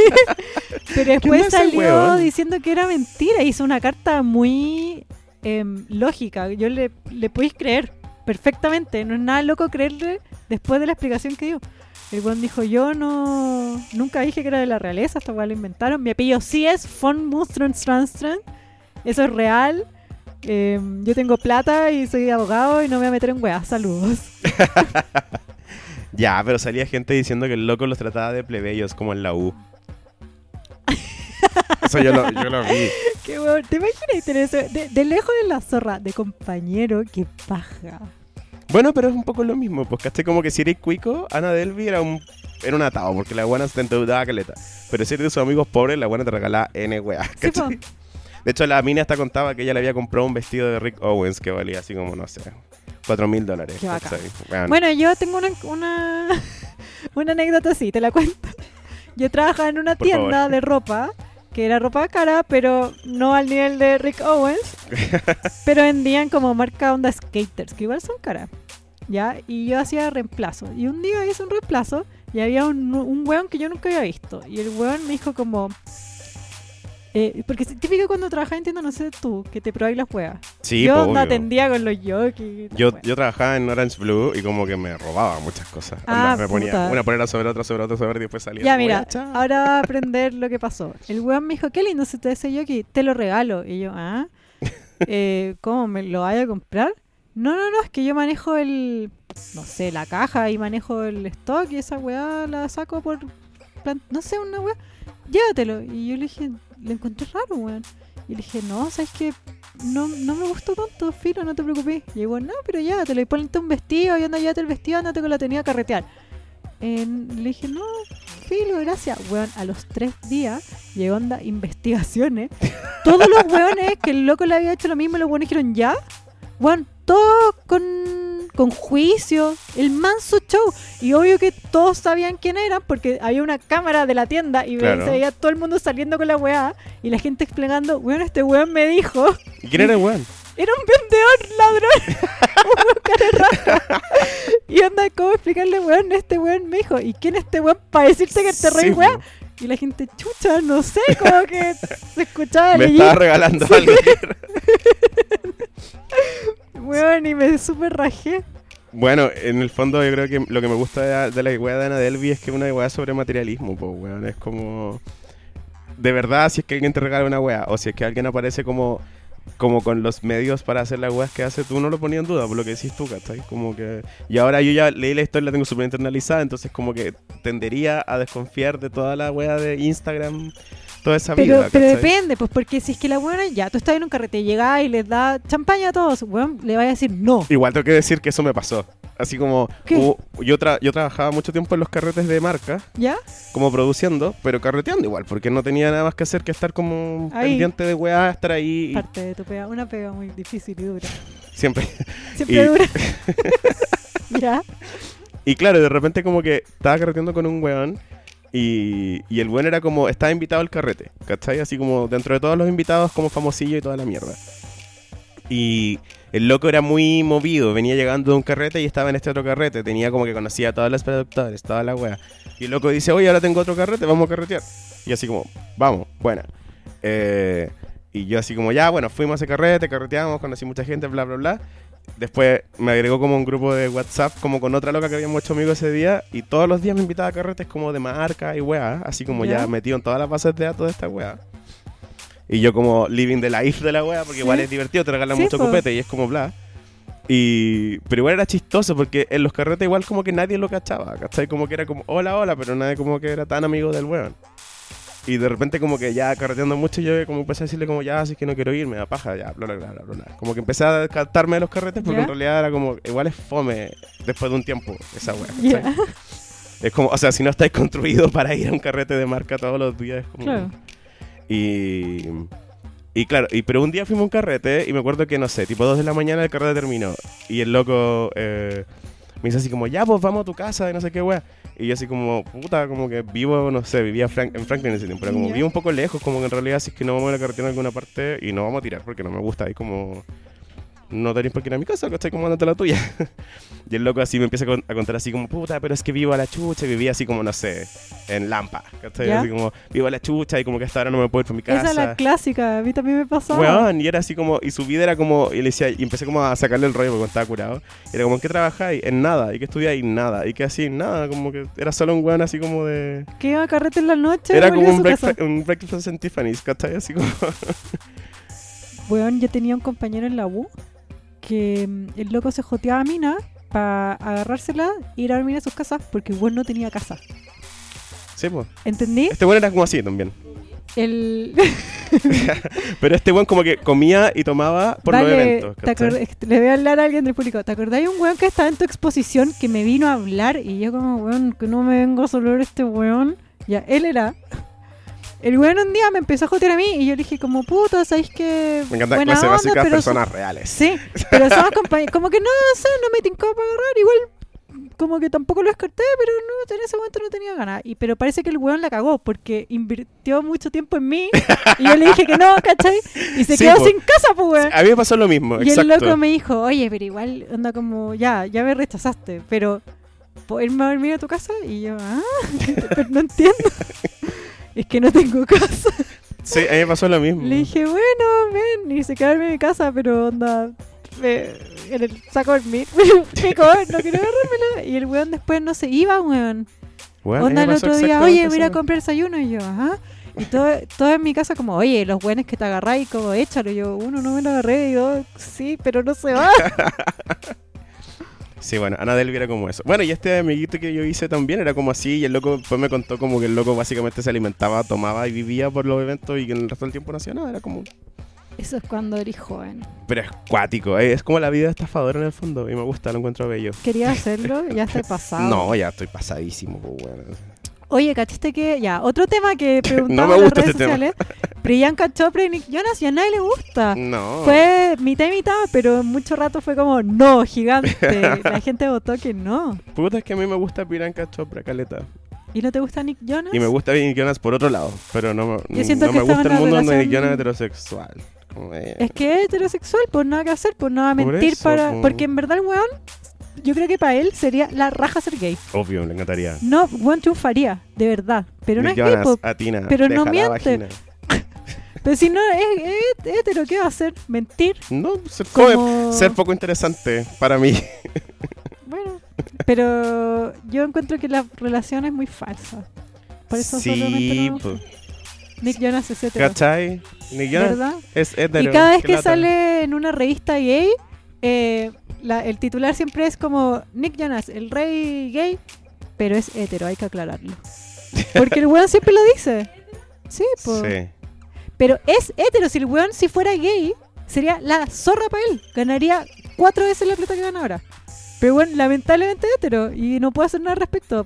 [SPEAKER 1] Pero
[SPEAKER 2] onda
[SPEAKER 1] después
[SPEAKER 2] ese
[SPEAKER 1] salió
[SPEAKER 2] weón?
[SPEAKER 1] diciendo que era mentira. Hizo una carta muy em, lógica. Yo le, le podéis creer perfectamente. No es nada loco creerle después de la explicación que dio. El weón dijo, yo no... Nunca dije que era de la realeza, esta weá la inventaron. Mi apellido sí es Von Mustron Eso es real. Em, yo tengo plata y soy abogado y no me voy a meter en weá. Saludos.
[SPEAKER 2] Ya, pero salía gente diciendo que el loco los trataba de plebeyos como en la U. Eso yo lo, yo lo vi.
[SPEAKER 1] Qué bueno. ¿Te imaginas tener eso? De, de lejos de la zorra, de compañero, que paja.
[SPEAKER 2] Bueno, pero es un poco lo mismo, pues caché como que si eres cuico, Ana Delvey era un era un atado, porque la guana se te endeudaba caleta. Pero si eres de sus amigos pobres, la guana te regalaba N weas,
[SPEAKER 1] Sí, po.
[SPEAKER 2] ¿cachai? De hecho, la mina hasta contaba que ella le había comprado un vestido de Rick Owens que valía así como, no sé, 4 mil dólares.
[SPEAKER 1] Qué bacán.
[SPEAKER 2] ¿cachai? Bueno,
[SPEAKER 1] Bueno, yo tengo una, una, una anécdota así, te la cuento. Yo trabajaba en una
[SPEAKER 2] Por favor.
[SPEAKER 1] tienda de ropa, que era ropa cara, pero no al nivel de Rick Owens. pero vendían como marca onda skaters, que igual son caras. ¿Ya? Y yo hacía reemplazo. Y un día hice un reemplazo y había un, un weón que yo nunca había visto. Y el weón me dijo como... eh, porque es típico cuando trabajas en tienda, no sé tú, que te probáis las weas.
[SPEAKER 2] sí,
[SPEAKER 1] yo
[SPEAKER 2] po,
[SPEAKER 1] onda
[SPEAKER 2] obvio.
[SPEAKER 1] atendía con los jockeys. las
[SPEAKER 2] Yo,
[SPEAKER 1] weas.
[SPEAKER 2] yo trabajaba en Orange Blue y como que me robaba muchas cosas.
[SPEAKER 1] Ah,
[SPEAKER 2] Onda, me ponía
[SPEAKER 1] puta.
[SPEAKER 2] una polera sobre otra, sobre otra, sobre otra y después salía.
[SPEAKER 1] Ya,
[SPEAKER 2] así como,
[SPEAKER 1] mira, Ah,
[SPEAKER 2] chao.
[SPEAKER 1] ahora va a aprender lo que pasó. El weón me dijo, qué lindo se te hace Yoki, te lo regalo. Y yo, ah, eh, ¿cómo me lo vaya a comprar? No, no, no, es que yo manejo el, no sé, la caja y manejo el stock y esa weá la saco por, plan- no sé, una weá, llévatelo. Y yo le dije, le encontré raro, weón. Y le dije, no, sabes que no, no me gustó tanto, filo, no te preocupes. Y el weón, no, pero llévatelo y ponte un vestido y anda, llévate el vestido, andate con la tenía a carretear. En- le dije, no, filo, gracias. Weón, a los tres días llegó onda investigaciones. Todos los weones que el loco le había hecho lo mismo, los weones dijeron ya. Weón, todo con, con juicio. El manso show. Y obvio que todos sabían quién era porque había una cámara de la tienda y ve-
[SPEAKER 2] Claro.
[SPEAKER 1] se veía todo el mundo saliendo con la weá y la gente explicando, weón, este weón me dijo.
[SPEAKER 2] ¿Y quién era el weón?
[SPEAKER 1] Era un vendedor ladrón. un cara de raja. Y anda, ¿cómo explicarle, weón? Este weón me dijo, ¿y quién es este weón para decirte que te reí,
[SPEAKER 2] Sí,
[SPEAKER 1] weón?
[SPEAKER 2] po.
[SPEAKER 1] Y la gente, chucha, no sé, como que se escuchaba
[SPEAKER 2] Me
[SPEAKER 1] el
[SPEAKER 2] estaba regalando algo.
[SPEAKER 1] weón, y me super rajé.
[SPEAKER 2] Bueno, en el fondo yo creo que lo que me gusta de, la- de la weá de Ana Delvey es que es una weá sobre materialismo, pues weón. Es como... De verdad, si es que alguien te regala una weá, o si es que alguien aparece como como con los medios para hacer las weas que hace, tú no lo ponías en duda, por lo que decís tú, ¿cachai? Como que... Y ahora yo ya leí la historia, la tengo súper internalizada, entonces como que tendería a desconfiar de toda la wea de Instagram, toda esa
[SPEAKER 1] Pero,
[SPEAKER 2] vida,
[SPEAKER 1] pero
[SPEAKER 2] ¿cachai?
[SPEAKER 1] depende, pues porque si es que la weona ya, tú estás en un carrete, llegás y les da champaña a todos, weón, le vaya a decir no.
[SPEAKER 2] Igual tengo que decir que eso me pasó. Así como...
[SPEAKER 1] ¿Qué?
[SPEAKER 2] hubo- yo, tra- yo trabajaba mucho tiempo en los carretes de marca,
[SPEAKER 1] ¿Ya?
[SPEAKER 2] como produciendo, pero carreteando igual, porque no tenía nada más que hacer que estar como
[SPEAKER 1] Ahí.
[SPEAKER 2] pendiente de weá, estar ahí y
[SPEAKER 1] Parte de tu pega, una pega muy difícil y dura.
[SPEAKER 2] siempre.
[SPEAKER 1] Siempre
[SPEAKER 2] Y-
[SPEAKER 1] dura. ¿Ya?
[SPEAKER 2] Y claro, de repente como que estaba carreteando con un weón y, y el weón era como, estaba invitado al carrete, ¿cachai? Así como dentro de todos los invitados, como famosillo y toda la mierda. Y el loco era muy movido, venía llegando de un carrete y estaba en este otro carrete, tenía como que conocía a todos los productores, toda la wea. Y el loco dice, oye, ahora tengo otro carrete, vamos a carretear. Y así como, vamos, buena. Eh, y yo así como, ya, bueno, fuimos a ese carrete, carreteamos, conocí mucha gente, bla, bla, bla. Después me agregó como un grupo de WhatsApp, como con otra loca que habíamos hecho amigos ese día, y todos los días me invitaba a carretes como de marca y weá, así como ya,
[SPEAKER 1] Ya.
[SPEAKER 2] metido en todas las bases de datos de esta weá. Y yo como living the life de la weá, porque
[SPEAKER 1] Sí.
[SPEAKER 2] igual es divertido, te regalan
[SPEAKER 1] Sí,
[SPEAKER 2] mucho
[SPEAKER 1] po.
[SPEAKER 2] copete y es como bla. Y, pero igual era chistoso porque en los carretes igual como que nadie lo cachaba, ¿cachai? Como que era como hola, hola, pero nadie como que era tan amigo del weón. Y de repente como que ya carreteando mucho yo como empecé a decirle como ya, así que no quiero irme, da paja, ya, bla, bla, bla, bla, bla. Como que empecé a descartarme de los carretes porque
[SPEAKER 1] ¿Ya?
[SPEAKER 2] en realidad era como, igual es fome después de un tiempo esa weá, ¿cachai?
[SPEAKER 1] ¿Ya?
[SPEAKER 2] Es como, o sea, si no estáis construido para ir a un carrete de marca todos los días, es como...
[SPEAKER 1] Claro.
[SPEAKER 2] Y, y claro, y, pero un día fuimos a un carrete y me acuerdo que, no sé, tipo 2 de la mañana el carrete terminó. Y el loco eh, me dice así como, ya, pues vamos a tu casa y no sé qué, wea. Y yo así como, puta, como que vivo, no sé, vivía Frank- en Franklin en ese tiempo, pero como
[SPEAKER 1] Ya.
[SPEAKER 2] vivo un poco lejos, como que en realidad si es que no vamos a la carretera en alguna parte y no vamos a tirar porque no me gusta, ahí como... No tenéis por qué ir a mi casa, ¿cachai? Como andate a la tuya. y el loco así me empieza a con- a contar así como, puta, pero es que vivo a la chucha, y vivía así como, no sé, en Lampa, ¿cachai?
[SPEAKER 1] Ya.
[SPEAKER 2] Así como, vivo a la chucha y como que hasta ahora no me puedo ir por mi
[SPEAKER 1] Esa
[SPEAKER 2] casa.
[SPEAKER 1] es la clásica, a mí también me pasaba.
[SPEAKER 2] Weón, y era así como, y su vida era como, y le decía, y empecé como a sacarle el rollo porque estaba curado. Y era como, ¿en qué trabajáis? En nada, y que estudiáis nada, y que así, nada, como que era solo un weón así como de.
[SPEAKER 1] Que iba a carrete en la noche.
[SPEAKER 2] era
[SPEAKER 1] y volvía
[SPEAKER 2] como
[SPEAKER 1] a
[SPEAKER 2] un,
[SPEAKER 1] su casa.
[SPEAKER 2] breakfa- un breakfast en Tiffany's, ¿cachai? Así como.
[SPEAKER 1] Weón, yo tenía un compañero en la U que mm, el loco se joteaba a mina para agarrársela e ir a dormir a sus casas porque weón no tenía casa.
[SPEAKER 2] sí, pues.
[SPEAKER 1] ¿Entendí?
[SPEAKER 2] Este weón era como así también.
[SPEAKER 1] El...
[SPEAKER 2] Pero este weón como que comía y tomaba por los
[SPEAKER 1] Dale,
[SPEAKER 2] eventos,
[SPEAKER 1] te
[SPEAKER 2] ¿cachai?
[SPEAKER 1] acor- es que le voy a hablar a alguien del público. ¿Te acordáis un weón que estaba en tu exposición que me vino a hablar y yo como, weón, que no me vengo a solo este weón? Ya, él era... El weón un día me empezó a jotear a mí y yo le dije como, puta, ¿sabéis que
[SPEAKER 2] Me encanta
[SPEAKER 1] buena
[SPEAKER 2] clase
[SPEAKER 1] onda,
[SPEAKER 2] básica de
[SPEAKER 1] pero so-
[SPEAKER 2] personas reales.
[SPEAKER 1] Sí, pero somos compañeros. Como que no sé, no me tincó para agarrar. Igual, como que tampoco lo descarté, pero no, en ese momento no tenía ganas. Y, pero parece que el weón la cagó porque invirtió mucho tiempo en mí. Y yo le dije que no, ¿cachai? Y se
[SPEAKER 2] Sí,
[SPEAKER 1] quedó
[SPEAKER 2] po.
[SPEAKER 1] sin casa, pues, weón.
[SPEAKER 2] A mí me pasó lo mismo,
[SPEAKER 1] Y el
[SPEAKER 2] exacto.
[SPEAKER 1] loco me dijo, oye, pero igual, onda como, ya, ya me rechazaste, pero ¿puedo irme a dormir a tu casa? Y yo, ah, pero no entiendo. es que no tengo casa.
[SPEAKER 2] Sí, a mí me pasó lo mismo.
[SPEAKER 1] Le dije, bueno, ven, y se quedaron en mi casa, pero onda, me- en el saco del mit, pico, no quiero agarrármela. Y el weón después no se iba, weón.
[SPEAKER 2] Weón, a mí
[SPEAKER 1] onda el
[SPEAKER 2] me pasó
[SPEAKER 1] otro día,
[SPEAKER 2] exactamente
[SPEAKER 1] oye,
[SPEAKER 2] eso.
[SPEAKER 1] mira a comprar desayuno, y yo, ajá. Y todo, todo en mi casa como, oye, los weones que te agarráis, como, échalo. Y yo, uno, no me lo agarré, y dos, sí, pero no se va.
[SPEAKER 2] Sí, bueno, Ana Delvi era como eso. Bueno, y este amiguito que yo hice también era como así, y el loco después me contó como que el loco básicamente se alimentaba, tomaba y vivía por los eventos y que en el resto del tiempo no hacía nada, era como...
[SPEAKER 1] Eso es cuando eres joven.
[SPEAKER 2] Pero es cuático, eh, es como la vida de estafadora en el fondo, y me gusta, lo encuentro bello.
[SPEAKER 1] Quería hacerlo, ya está pasado.
[SPEAKER 2] No, ya estoy pasadísimo, pues bueno.
[SPEAKER 1] Oye, ¿cachaste que? Ya, otro tema que preguntaba
[SPEAKER 2] me
[SPEAKER 1] en las
[SPEAKER 2] gusta
[SPEAKER 1] redes
[SPEAKER 2] este tema.
[SPEAKER 1] sociales. Priyanka Chopra y Nick Jonas, y a nadie le gusta.
[SPEAKER 2] No.
[SPEAKER 1] Ah, Fue mitad y mitad, pero en mucho rato fue como, no, gigante. La gente votó que no.
[SPEAKER 2] Puta, es que a mí me gusta Piranca Chopra Caleta.
[SPEAKER 1] ¿Y no te gusta Nick Jonas?
[SPEAKER 2] Y me gusta Nick Jonas por otro lado, pero no, me-
[SPEAKER 1] Yo siento
[SPEAKER 2] no
[SPEAKER 1] que
[SPEAKER 2] me gusta
[SPEAKER 1] estaba en
[SPEAKER 2] el
[SPEAKER 1] una
[SPEAKER 2] mundo donde Nick
[SPEAKER 1] relación-
[SPEAKER 2] Jonas es heterosexual. Como, eh,
[SPEAKER 1] Es que es heterosexual, pues nada que hacer, pues no va a
[SPEAKER 2] Por
[SPEAKER 1] mentir
[SPEAKER 2] eso,
[SPEAKER 1] para...
[SPEAKER 2] po.
[SPEAKER 1] Porque en verdad el weón, yo creo que para él sería la raja ser gay.
[SPEAKER 2] Obvio, le encantaría.
[SPEAKER 1] No, weón triunfaría, de verdad. Pero
[SPEAKER 2] Nick
[SPEAKER 1] no es gay,
[SPEAKER 2] Jonas,
[SPEAKER 1] po.
[SPEAKER 2] Atina,
[SPEAKER 1] pero no
[SPEAKER 2] deja la
[SPEAKER 1] miente.
[SPEAKER 2] vagina.
[SPEAKER 1] Pero si no es, es hetero, ¿qué va a hacer? Mentir.
[SPEAKER 2] No, se come
[SPEAKER 1] Como...
[SPEAKER 2] ser poco interesante para mí.
[SPEAKER 1] Bueno, pero yo encuentro que la relación es muy falsa. Por eso solamente
[SPEAKER 2] sí, pues.
[SPEAKER 1] no me gusta.
[SPEAKER 2] po.
[SPEAKER 1] Nick Jonas es hetero,
[SPEAKER 2] ¿cachai? Ni yo-
[SPEAKER 1] ¿verdad?
[SPEAKER 2] es hetero,
[SPEAKER 1] Y cada vez
[SPEAKER 2] qué
[SPEAKER 1] que
[SPEAKER 2] lata.
[SPEAKER 1] sale en una revista gay, eh, la- el titular siempre es como Nick Jonas, el rey gay, pero es hetero, hay que aclararlo. Porque el weón siempre lo dice. Sí, po.
[SPEAKER 2] Sí.
[SPEAKER 1] pero es hetero. Si el weón si fuera gay, sería la zorra para él. Ganaría cuatro veces la plata que gana ahora. Pero bueno, lamentablemente es hetero y no puedo hacer nada al respecto.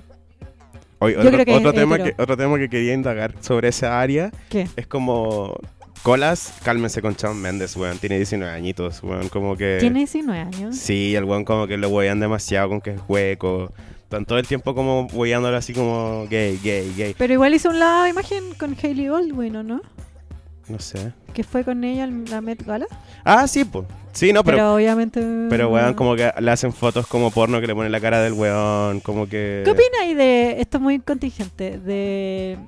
[SPEAKER 2] Oye,
[SPEAKER 1] Yo
[SPEAKER 2] otro,
[SPEAKER 1] creo que es
[SPEAKER 2] otro tema
[SPEAKER 1] hetero.
[SPEAKER 2] que, otro tema que quería indagar sobre esa área
[SPEAKER 1] ¿Qué?
[SPEAKER 2] es como... Colas, cálmense con Shawn Mendes, weón. Tiene 19 añitos, weón. Como que...
[SPEAKER 1] Tiene 19 años.
[SPEAKER 2] Sí, el weón como que lo huevean demasiado con que es hueco. Están todo el tiempo como hueveándolo así como gay, gay, gay.
[SPEAKER 1] Pero igual hizo un lado de imagen con Hailey Baldwin, ¿o no?
[SPEAKER 2] No sé.
[SPEAKER 1] Que fue con ella en la Met Gala.
[SPEAKER 2] Ah, sí, pues. Sí, no,
[SPEAKER 1] Pero,
[SPEAKER 2] pero...
[SPEAKER 1] obviamente.
[SPEAKER 2] Pero, weón, como que le hacen fotos como porno que le ponen la cara del weón, como que...
[SPEAKER 1] ¿Qué opináis de. Esto es muy contingente. De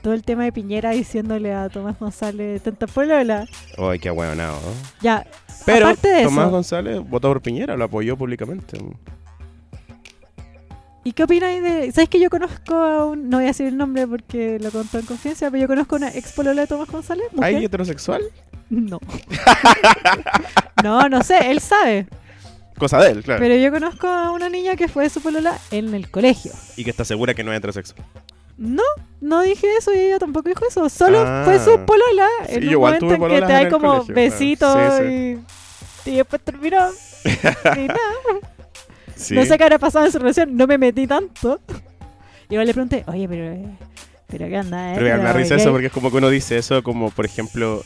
[SPEAKER 1] todo el tema de Piñera diciéndole a Tomás González tanta polola.
[SPEAKER 2] Ay, qué weonado.
[SPEAKER 1] Ya.
[SPEAKER 2] Pero
[SPEAKER 1] Aparte de
[SPEAKER 2] Tomás
[SPEAKER 1] eso.
[SPEAKER 2] González votó por Piñera, lo apoyó públicamente.
[SPEAKER 1] ¿Y qué opináis de.? ¿Sabéis que yo conozco a un. No voy a decir el nombre porque lo contó en confianza, pero yo conozco a una ex polola de Tomás González. ¿Mujer?
[SPEAKER 2] ¿Hay heterosexual?
[SPEAKER 1] No. no, no sé, él sabe.
[SPEAKER 2] Cosa de él, claro.
[SPEAKER 1] Pero yo conozco a una niña que fue su polola en el colegio.
[SPEAKER 2] Y que está segura que no es heterosexual.
[SPEAKER 1] No, no dije eso y ella tampoco dijo eso. Solo
[SPEAKER 2] Ah.
[SPEAKER 1] fue su polola
[SPEAKER 2] Sí,
[SPEAKER 1] en
[SPEAKER 2] yo
[SPEAKER 1] un
[SPEAKER 2] igual tuve
[SPEAKER 1] momento en que
[SPEAKER 2] pololas
[SPEAKER 1] te
[SPEAKER 2] en
[SPEAKER 1] da
[SPEAKER 2] el
[SPEAKER 1] como
[SPEAKER 2] colegio, claro.
[SPEAKER 1] besitos Y,
[SPEAKER 2] Sí,
[SPEAKER 1] y después terminó. Y nada,
[SPEAKER 2] Sí.
[SPEAKER 1] No sé qué habrá pasado en su relación, no me metí tanto. Igual le pregunté, oye, pero. eh, ¿Pero qué anda, eh?
[SPEAKER 2] Pero me da
[SPEAKER 1] Pero,
[SPEAKER 2] risa
[SPEAKER 1] ¿qué
[SPEAKER 2] eso
[SPEAKER 1] hay?".
[SPEAKER 2] porque es como que uno dice eso, como por ejemplo,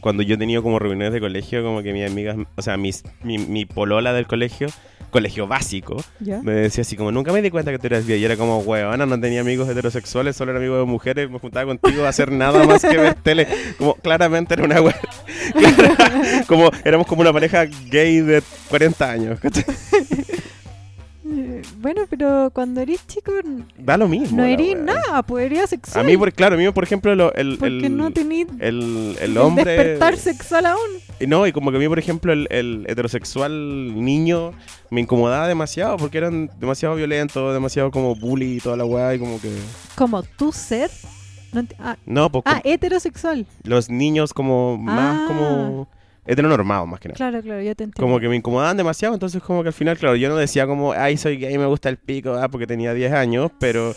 [SPEAKER 2] cuando yo he tenido como reuniones de colegio, como que mis amigas, o sea, mis, mi, mi polola del colegio, colegio básico,
[SPEAKER 1] ¿Ya?
[SPEAKER 2] me decía así como, nunca me di cuenta que tú eras gay. Y era como, huevona, no tenía amigos heterosexuales, solo era amigo de mujeres, me juntaba contigo a hacer nada más que ver tele. Como, claramente era una hue- como, éramos como una pareja gay de 40 años. ¿cachai?
[SPEAKER 1] Eh, Bueno, pero cuando eres chico n-
[SPEAKER 2] Da lo mismo.
[SPEAKER 1] no
[SPEAKER 2] la
[SPEAKER 1] eres
[SPEAKER 2] wea.
[SPEAKER 1] nada, pues eres
[SPEAKER 2] A
[SPEAKER 1] sexual.
[SPEAKER 2] mí, por, claro, a mí, por ejemplo, lo- el,
[SPEAKER 1] porque
[SPEAKER 2] el,
[SPEAKER 1] no tenés
[SPEAKER 2] el, el hombre...
[SPEAKER 1] despertar sexual aún.
[SPEAKER 2] Y No, y como que a mí, por ejemplo, el, el heterosexual niño me incomodaba demasiado porque eran demasiado violentos, demasiado como bully y toda la weá y como que...
[SPEAKER 1] Como tu ser. no ent- ah,
[SPEAKER 2] No, pues
[SPEAKER 1] ah, heterosexual.
[SPEAKER 2] los niños como más
[SPEAKER 1] Ah.
[SPEAKER 2] como heteronormados más que nada.
[SPEAKER 1] Claro, claro, ya te entiendo.
[SPEAKER 2] Como que me incomodaban demasiado, entonces como que al final, claro, yo no decía como, ay, soy gay, me gusta el pico, ah, porque tenía 10 años, pero...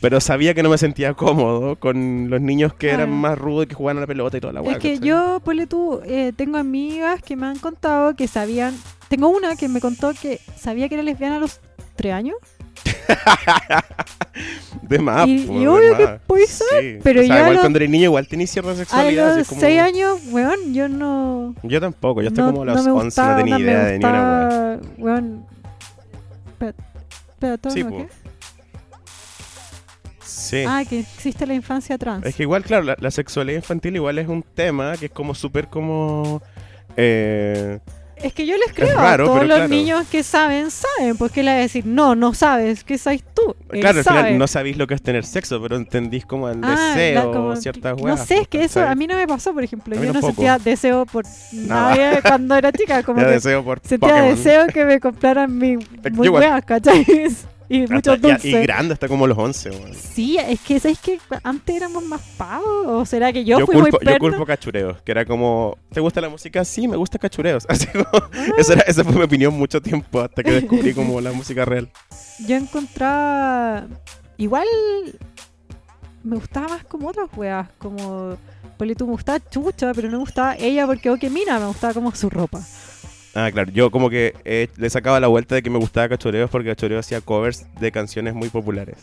[SPEAKER 2] Pero sabía que no me sentía cómodo con los niños que
[SPEAKER 1] Claro.
[SPEAKER 2] eran más rudos y que jugaban a la pelota y toda la weá.
[SPEAKER 1] Es que
[SPEAKER 2] Ah, ¿cachai?
[SPEAKER 1] yo, ponle tú, eh, tengo amigas que me han contado que sabían. Tengo una que me contó que sabía que era lesbiana a los tres años.
[SPEAKER 2] De más.
[SPEAKER 1] Y-
[SPEAKER 2] po,
[SPEAKER 1] y
[SPEAKER 2] de
[SPEAKER 1] obvio que
[SPEAKER 2] más.
[SPEAKER 1] puede
[SPEAKER 2] Sí.
[SPEAKER 1] pero
[SPEAKER 2] O sea,
[SPEAKER 1] yo a
[SPEAKER 2] igual
[SPEAKER 1] los-
[SPEAKER 2] cuando eres niño igual tenés cierta
[SPEAKER 1] A
[SPEAKER 2] sexualidad. así
[SPEAKER 1] los
[SPEAKER 2] como-
[SPEAKER 1] Ah, seis años, weón, yo no.
[SPEAKER 2] Yo tampoco, yo hasta
[SPEAKER 1] no-
[SPEAKER 2] como a los
[SPEAKER 1] me
[SPEAKER 2] 11
[SPEAKER 1] gustaba,
[SPEAKER 2] no tenía
[SPEAKER 1] onda, me
[SPEAKER 2] idea de ni una
[SPEAKER 1] gustaba, Weón. Pe- peatón,
[SPEAKER 2] Sí,
[SPEAKER 1] ¿o
[SPEAKER 2] po.
[SPEAKER 1] qué?
[SPEAKER 2] wea. Sí.
[SPEAKER 1] Ah, que existe la infancia trans.
[SPEAKER 2] Es que igual, claro, la, la sexualidad infantil igual es un tema que es como súper como... eh,
[SPEAKER 1] Es que yo les creo
[SPEAKER 2] raro,
[SPEAKER 1] a todos
[SPEAKER 2] pero
[SPEAKER 1] los
[SPEAKER 2] claro.
[SPEAKER 1] niños que saben, saben. Pues que le voy a decir, no, no sabes, ¿qué sabes tú? Él
[SPEAKER 2] claro, al
[SPEAKER 1] Eh, sabe.
[SPEAKER 2] final no sabéis lo que es tener sexo, pero entendís como el
[SPEAKER 1] Ah, la-
[SPEAKER 2] deseo,
[SPEAKER 1] como-
[SPEAKER 2] ciertas
[SPEAKER 1] No
[SPEAKER 2] weas,
[SPEAKER 1] sé, es que eso
[SPEAKER 2] ¿cachai?
[SPEAKER 1] a mí no me pasó, por ejemplo.
[SPEAKER 2] A mí
[SPEAKER 1] Yo no
[SPEAKER 2] tampoco.
[SPEAKER 1] sentía deseo por
[SPEAKER 2] Nada.
[SPEAKER 1] nadie cuando era chica. Como
[SPEAKER 2] Ya
[SPEAKER 1] que
[SPEAKER 2] deseo por
[SPEAKER 1] sentía
[SPEAKER 2] Pokémon.
[SPEAKER 1] deseo que me compraran mis
[SPEAKER 2] que
[SPEAKER 1] muy
[SPEAKER 2] igual-
[SPEAKER 1] weas, ¿cachai? Y
[SPEAKER 2] Hasta-
[SPEAKER 1] muchos
[SPEAKER 2] ya-
[SPEAKER 1] dulces.
[SPEAKER 2] y grande, hasta como los 11, weón.
[SPEAKER 1] Sí, es que ¿sabes que antes éramos más pavos? ¿O será que yo,
[SPEAKER 2] Yo,
[SPEAKER 1] fui muy
[SPEAKER 2] culpo, yo
[SPEAKER 1] perno?
[SPEAKER 2] culpo cachureos, que era como, ¿te gusta la música? Sí, me gusta cachureos. Así como,
[SPEAKER 1] Ah.
[SPEAKER 2] esa, era- esa fue mi opinión mucho tiempo hasta que descubrí como la música real.
[SPEAKER 1] Yo encontraba. Igual. Me gustaba más como otras weas. Como. Ponle tú, me gustaba Chucha, pero no me gustaba ella porque, ok, mina, me gustaba como su ropa.
[SPEAKER 2] Ah, claro, yo como que eh, le sacaba la vuelta de que me gustaba cachureos porque cachureos hacía covers de canciones muy populares.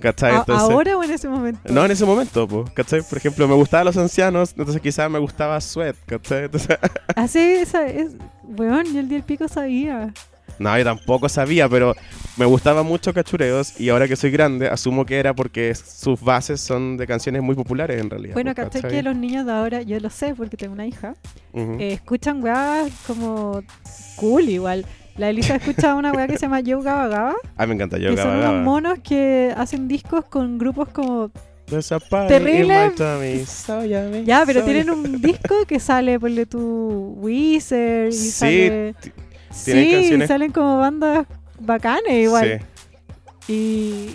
[SPEAKER 2] ¿Cachai?
[SPEAKER 1] A-
[SPEAKER 2] Entonces-
[SPEAKER 1] Ah, ¿Ahora o en ese momento?
[SPEAKER 2] No, en ese momento, po, ¿cachai? Por ejemplo, me gustaban los ancianos, entonces quizás me gustaba Sweat, ¿cachai? Entonces,
[SPEAKER 1] Hace esa. Es, weón, yo el día del pico sabía.
[SPEAKER 2] No, yo tampoco sabía, pero me gustaba mucho Cachureos y ahora que soy grande asumo que era porque es- sus bases son de canciones muy populares en realidad.
[SPEAKER 1] bueno,
[SPEAKER 2] pues,
[SPEAKER 1] ¿cachai?
[SPEAKER 2] ¿cachai? ¿Mm?
[SPEAKER 1] Que los niños de ahora, yo lo sé porque tengo una hija,
[SPEAKER 2] Ujú.
[SPEAKER 1] eh, escuchan weas como. cool igual. La Elisa escuchaba una wea que se llama Yo Gaba Gaba.
[SPEAKER 2] Ah, me encanta, yo
[SPEAKER 1] que son
[SPEAKER 2] Gaba
[SPEAKER 1] unos
[SPEAKER 2] Gaba.
[SPEAKER 1] monos que hacen discos con grupos como
[SPEAKER 2] There's a party
[SPEAKER 1] Terrible.
[SPEAKER 2] in my tummy, so yummy,
[SPEAKER 1] ya pero
[SPEAKER 2] so
[SPEAKER 1] tienen
[SPEAKER 2] yummy.
[SPEAKER 1] un disco que sale ponle tu Weezer y
[SPEAKER 2] Sí,
[SPEAKER 1] sale
[SPEAKER 2] ti- tienen
[SPEAKER 1] sí
[SPEAKER 2] canciones-
[SPEAKER 1] salen como bandas bacanas igual
[SPEAKER 2] Sí.
[SPEAKER 1] y,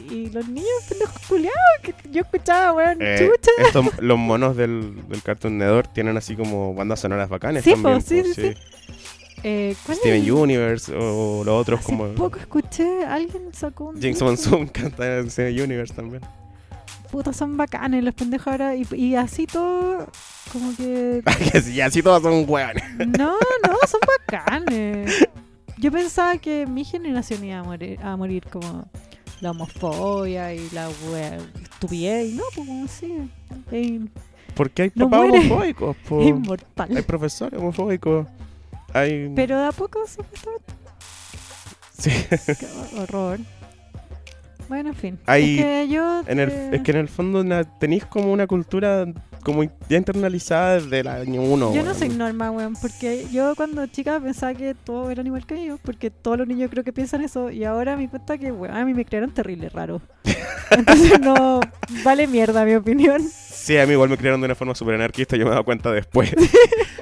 [SPEAKER 1] y los niños pendejos culiados que yo escuchaba weón
[SPEAKER 2] Eh,
[SPEAKER 1] chucha
[SPEAKER 2] estos- los monos del, del Cartoon Network tienen así como bandas sonoras bacanes
[SPEAKER 1] Sí, po,
[SPEAKER 2] también.
[SPEAKER 1] sí,
[SPEAKER 2] po,
[SPEAKER 1] sí, sí. Eh, ¿cuál es el-
[SPEAKER 2] Steven Universe o los otros
[SPEAKER 1] hace
[SPEAKER 2] como...
[SPEAKER 1] poco escuché alguien sacó un
[SPEAKER 2] James
[SPEAKER 1] disco.
[SPEAKER 2] Monsoon canta en Steven Universe también.
[SPEAKER 1] puta son bacanes los pendejos ahora y, y así todo como que
[SPEAKER 2] que sí, así todos son hueones.
[SPEAKER 1] No, no, son bacanes. Yo pensaba que mi generación iba a morir, a morir como la homofobia y la wea estupidez. Y no, pues como así. Es
[SPEAKER 2] ¿Por qué hay
[SPEAKER 1] No
[SPEAKER 2] papás
[SPEAKER 1] muere.
[SPEAKER 2] homofóbicos? po? Hay
[SPEAKER 1] inmortal.
[SPEAKER 2] profesores homofóbicos. Hay.
[SPEAKER 1] Pero de a poco supuestamente.
[SPEAKER 2] Sí.
[SPEAKER 1] Qué horror. Bueno, en fin.
[SPEAKER 2] Hay-
[SPEAKER 1] es que yo.
[SPEAKER 2] En el,
[SPEAKER 1] te-
[SPEAKER 2] es que en el fondo na- tenéis como una cultura como ya internalizada desde el año uno.
[SPEAKER 1] Yo no
[SPEAKER 2] weón.
[SPEAKER 1] soy norma, weón, porque yo cuando chica pensaba que todos eran igual que yo, porque todos los niños creo que piensan eso, y ahora me di cuenta que, weón, a mí me crearon terrible raro. Entonces no vale mierda mi opinión.
[SPEAKER 2] Sí, a mí igual me crearon de una forma súper anarquista, yo me he dado cuenta después.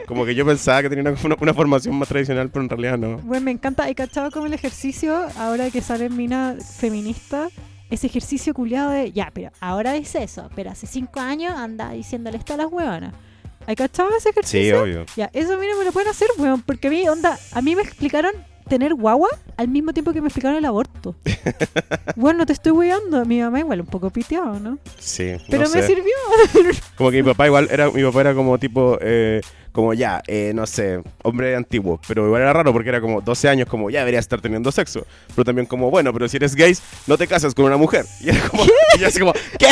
[SPEAKER 2] como que yo pensaba que tenía una, una- una formación más tradicional, pero en realidad no.
[SPEAKER 1] Bueno, me encanta. He cachado como el ejercicio, ahora que salen minas feministas, ese ejercicio culiado de, ya, pero ahora es eso, pero hace cinco años anda diciéndole esto a las hueonas. ¿Hay cachado ese ejercicio?
[SPEAKER 2] obvio.
[SPEAKER 1] ya, eso mira me lo pueden hacer, weón, porque a mí, onda, a mí me explicaron tener guagua al mismo tiempo que me explicaron el aborto. bueno, no te estoy weando. Mi mamá igual un poco piteado, ¿no?
[SPEAKER 2] Sí. no
[SPEAKER 1] Pero me
[SPEAKER 2] sé.
[SPEAKER 1] sirvió.
[SPEAKER 2] Como que mi papá igual era, mi papá era como tipo, eh, como ya, eh, no sé, hombre antiguo. Pero igual era raro porque era como 12 años, como ya debería estar teniendo sexo. Pero también como, bueno, pero si eres gay, no te casas con una mujer. Y era como, y yo así como, ¿qué?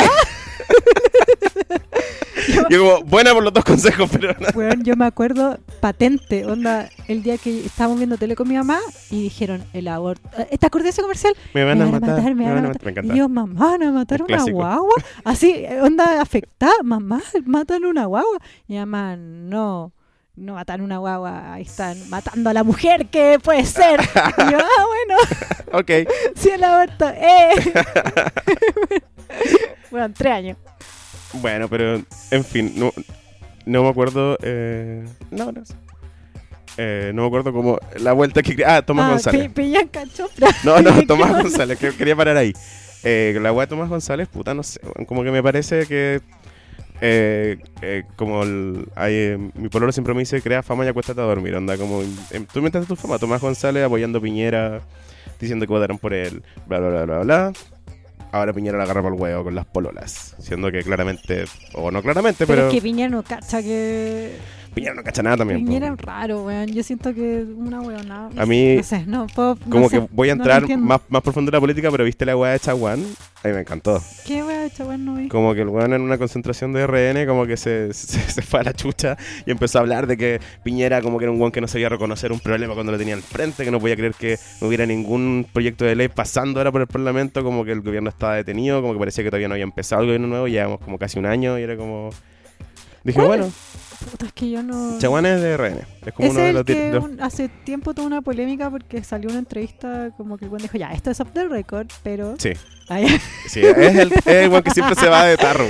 [SPEAKER 2] Y yo como, buena por los dos consejos, pero no.
[SPEAKER 1] Weón, yo me acuerdo patente, onda, el día que estábamos viendo tele con mi mamá y dijeron el aborto. ¿Te acordás de ese comercial?
[SPEAKER 2] me van a matar.
[SPEAKER 1] me van a matar.
[SPEAKER 2] Me
[SPEAKER 1] Y
[SPEAKER 2] encanta.
[SPEAKER 1] Dios, mamá, van a matar
[SPEAKER 2] Un
[SPEAKER 1] una
[SPEAKER 2] clásico.
[SPEAKER 1] guagua. Así, onda afectada, mamá, matan una guagua. Y mamá, no, no matan una guagua, ahí están matando a la mujer que puede ser. Y yo, ah, bueno,
[SPEAKER 2] Ok.
[SPEAKER 1] sí, el aborto, eh. bueno, tres años.
[SPEAKER 2] Bueno, pero en fin, no, no me acuerdo. eh, no, no sé. Eh, no me acuerdo cómo. La vuelta que. Ah, Tomás
[SPEAKER 1] Ah,
[SPEAKER 2] González.
[SPEAKER 1] Pi- Piñanca Chopra.
[SPEAKER 2] No, no,
[SPEAKER 1] ¿Qué
[SPEAKER 2] Tomás
[SPEAKER 1] onda?
[SPEAKER 2] González, que quería parar ahí. Eh, la weá de Tomás González, puta, no sé, weón, como que me parece que. eh, eh, como el- ahí, eh, mi pololo siempre me dice, crea fama y acuéstate a dormir, onda, como em, tú inventaste tu fama, Tomás González apoyando a Piñera, diciendo que votaron por él, bla, bla, bla, bla, bla. Ahora Piñera la agarra por el huevo con las pololas, siendo que claramente, o no claramente,
[SPEAKER 1] Pero
[SPEAKER 2] pero,
[SPEAKER 1] es que Piñera no cacha que.
[SPEAKER 2] Piñera no cacha nada también. po.
[SPEAKER 1] Piñera es raro, weón. Yo siento que una weonada.
[SPEAKER 2] A mí-
[SPEAKER 1] No sé, no puedo. no
[SPEAKER 2] Como
[SPEAKER 1] sé,
[SPEAKER 2] que voy a
[SPEAKER 1] no lo
[SPEAKER 2] entrar
[SPEAKER 1] entiendo.
[SPEAKER 2] más, más profundo en la política, pero viste la weá de Chaguán, a mí me encantó.
[SPEAKER 1] ¿Qué weón hecho, weón? No vi.
[SPEAKER 2] Como que el weón en una concentración de RN como que se, se, se fue a la chucha y empezó a hablar de que Piñera como que era un weón que no sabía reconocer un problema cuando lo tenía al frente, que no podía creer que no hubiera ningún proyecto de ley pasando ahora por el Parlamento, como que el gobierno estaba detenido, como que parecía que todavía no había empezado el gobierno nuevo, llevamos como casi un año y era como... Dije,
[SPEAKER 1] ¿Cuál
[SPEAKER 2] bueno,
[SPEAKER 1] Puta, es que yo no.
[SPEAKER 2] Chaguán es de RN, es como
[SPEAKER 1] Ese
[SPEAKER 2] uno de
[SPEAKER 1] es
[SPEAKER 2] los...
[SPEAKER 1] el que
[SPEAKER 2] de los-
[SPEAKER 1] un- hace tiempo tuvo una polémica porque salió una entrevista como que el buen dijo, ya, esto es off the record, pero...
[SPEAKER 2] Sí,
[SPEAKER 1] Ay,
[SPEAKER 2] sí, es el, es el weón que siempre se va de tarro.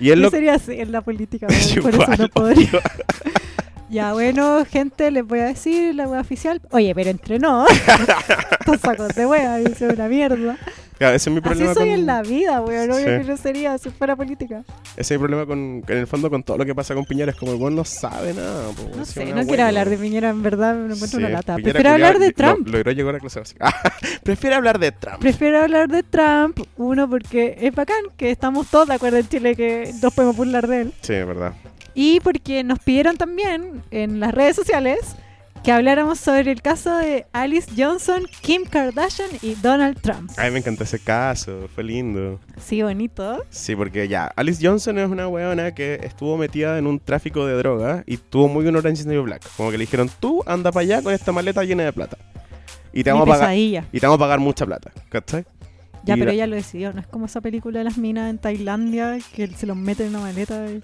[SPEAKER 2] Y
[SPEAKER 1] yo
[SPEAKER 2] es lo
[SPEAKER 1] sería así en la política, weón, por eso no
[SPEAKER 2] Igual,
[SPEAKER 1] podría.
[SPEAKER 2] obvio.
[SPEAKER 1] Ya, bueno, gente, les voy a decir la wea oficial. Oye, pero entrenó. Estos sacos de wea, dice una mierda.
[SPEAKER 2] Claro, ese es mi
[SPEAKER 1] Así
[SPEAKER 2] problema
[SPEAKER 1] soy
[SPEAKER 2] con-
[SPEAKER 1] en la vida, weón. Obvio
[SPEAKER 2] Sí.
[SPEAKER 1] que no sería si fuera política.
[SPEAKER 2] Ese es mi problema con, en el fondo con todo lo que pasa con Piñera. Es como el weón no sabe nada. po, weón,
[SPEAKER 1] No
[SPEAKER 2] si
[SPEAKER 1] sé,
[SPEAKER 2] es
[SPEAKER 1] no
[SPEAKER 2] un
[SPEAKER 1] quiero
[SPEAKER 2] abuelo.
[SPEAKER 1] hablar de Piñera, en verdad me
[SPEAKER 2] Sí,
[SPEAKER 1] encuentro una lata.
[SPEAKER 2] Piñera
[SPEAKER 1] Prefiero
[SPEAKER 2] culiao,
[SPEAKER 1] hablar de
[SPEAKER 2] lo-
[SPEAKER 1] Trump.
[SPEAKER 2] logró llegar a clase básica. Prefiero hablar de Trump.
[SPEAKER 1] Prefiero hablar de Trump, uno, porque es bacán, que estamos todos de acuerdo en Chile que nos podemos burlar de él.
[SPEAKER 2] Sí, es verdad.
[SPEAKER 1] Y porque nos pidieron también en las redes sociales que habláramos sobre el caso de Alice Johnson, Kim Kardashian y Donald Trump.
[SPEAKER 2] A mí me encantó ese caso. Fue lindo.
[SPEAKER 1] Sí, bonito.
[SPEAKER 2] Sí, porque ya. Alice Johnson es una weona que estuvo metida en un tráfico de drogas y tuvo muy un Orange is the New Black. Como que le dijeron, tú anda para allá con esta maleta llena de plata. Y te
[SPEAKER 1] Mi
[SPEAKER 2] vamos a pagar.
[SPEAKER 1] pesadilla.
[SPEAKER 2] Y te vamos a pagar mucha plata. ¿Cachai?
[SPEAKER 1] Ya,
[SPEAKER 2] Y
[SPEAKER 1] pero
[SPEAKER 2] la-
[SPEAKER 1] ella lo decidió. No es como esa película de las minas en Tailandia que se los meten en una maleta y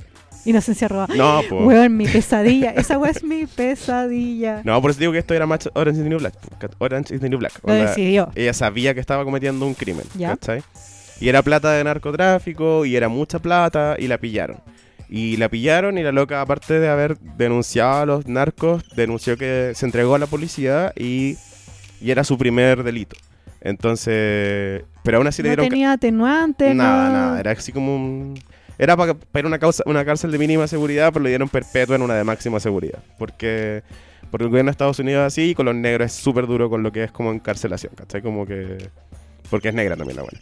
[SPEAKER 1] inocencia robada.
[SPEAKER 2] No, po.
[SPEAKER 1] Weón, mi pesadilla. Esa weá es mi pesadilla.
[SPEAKER 2] No, por eso digo que esto era más Orange is the New Black. po, ¿cachai? Orange is the New Black.
[SPEAKER 1] Lo
[SPEAKER 2] Onda,
[SPEAKER 1] decidió.
[SPEAKER 2] ella sabía que estaba cometiendo un crimen,
[SPEAKER 1] Ya.
[SPEAKER 2] ¿cachai? Y era plata de narcotráfico, y era mucha plata, y la pillaron. Y la pillaron, y la loca, aparte de haber denunciado a los narcos, denunció que se entregó a la policía y, y era su primer delito. Entonces, pero aún así le
[SPEAKER 1] no
[SPEAKER 2] dieron... ca-
[SPEAKER 1] tenía atenuante.
[SPEAKER 2] nada,
[SPEAKER 1] no-
[SPEAKER 2] nada, era así como un... Era para, para una, causa, una cárcel de mínima seguridad, pero le dieron perpetua en una de máxima seguridad. Porque, porque el gobierno de Estados Unidos es así y con los negros es súper duro con lo que es como encarcelación, ¿cachai? Como que... Porque es negra también la buena.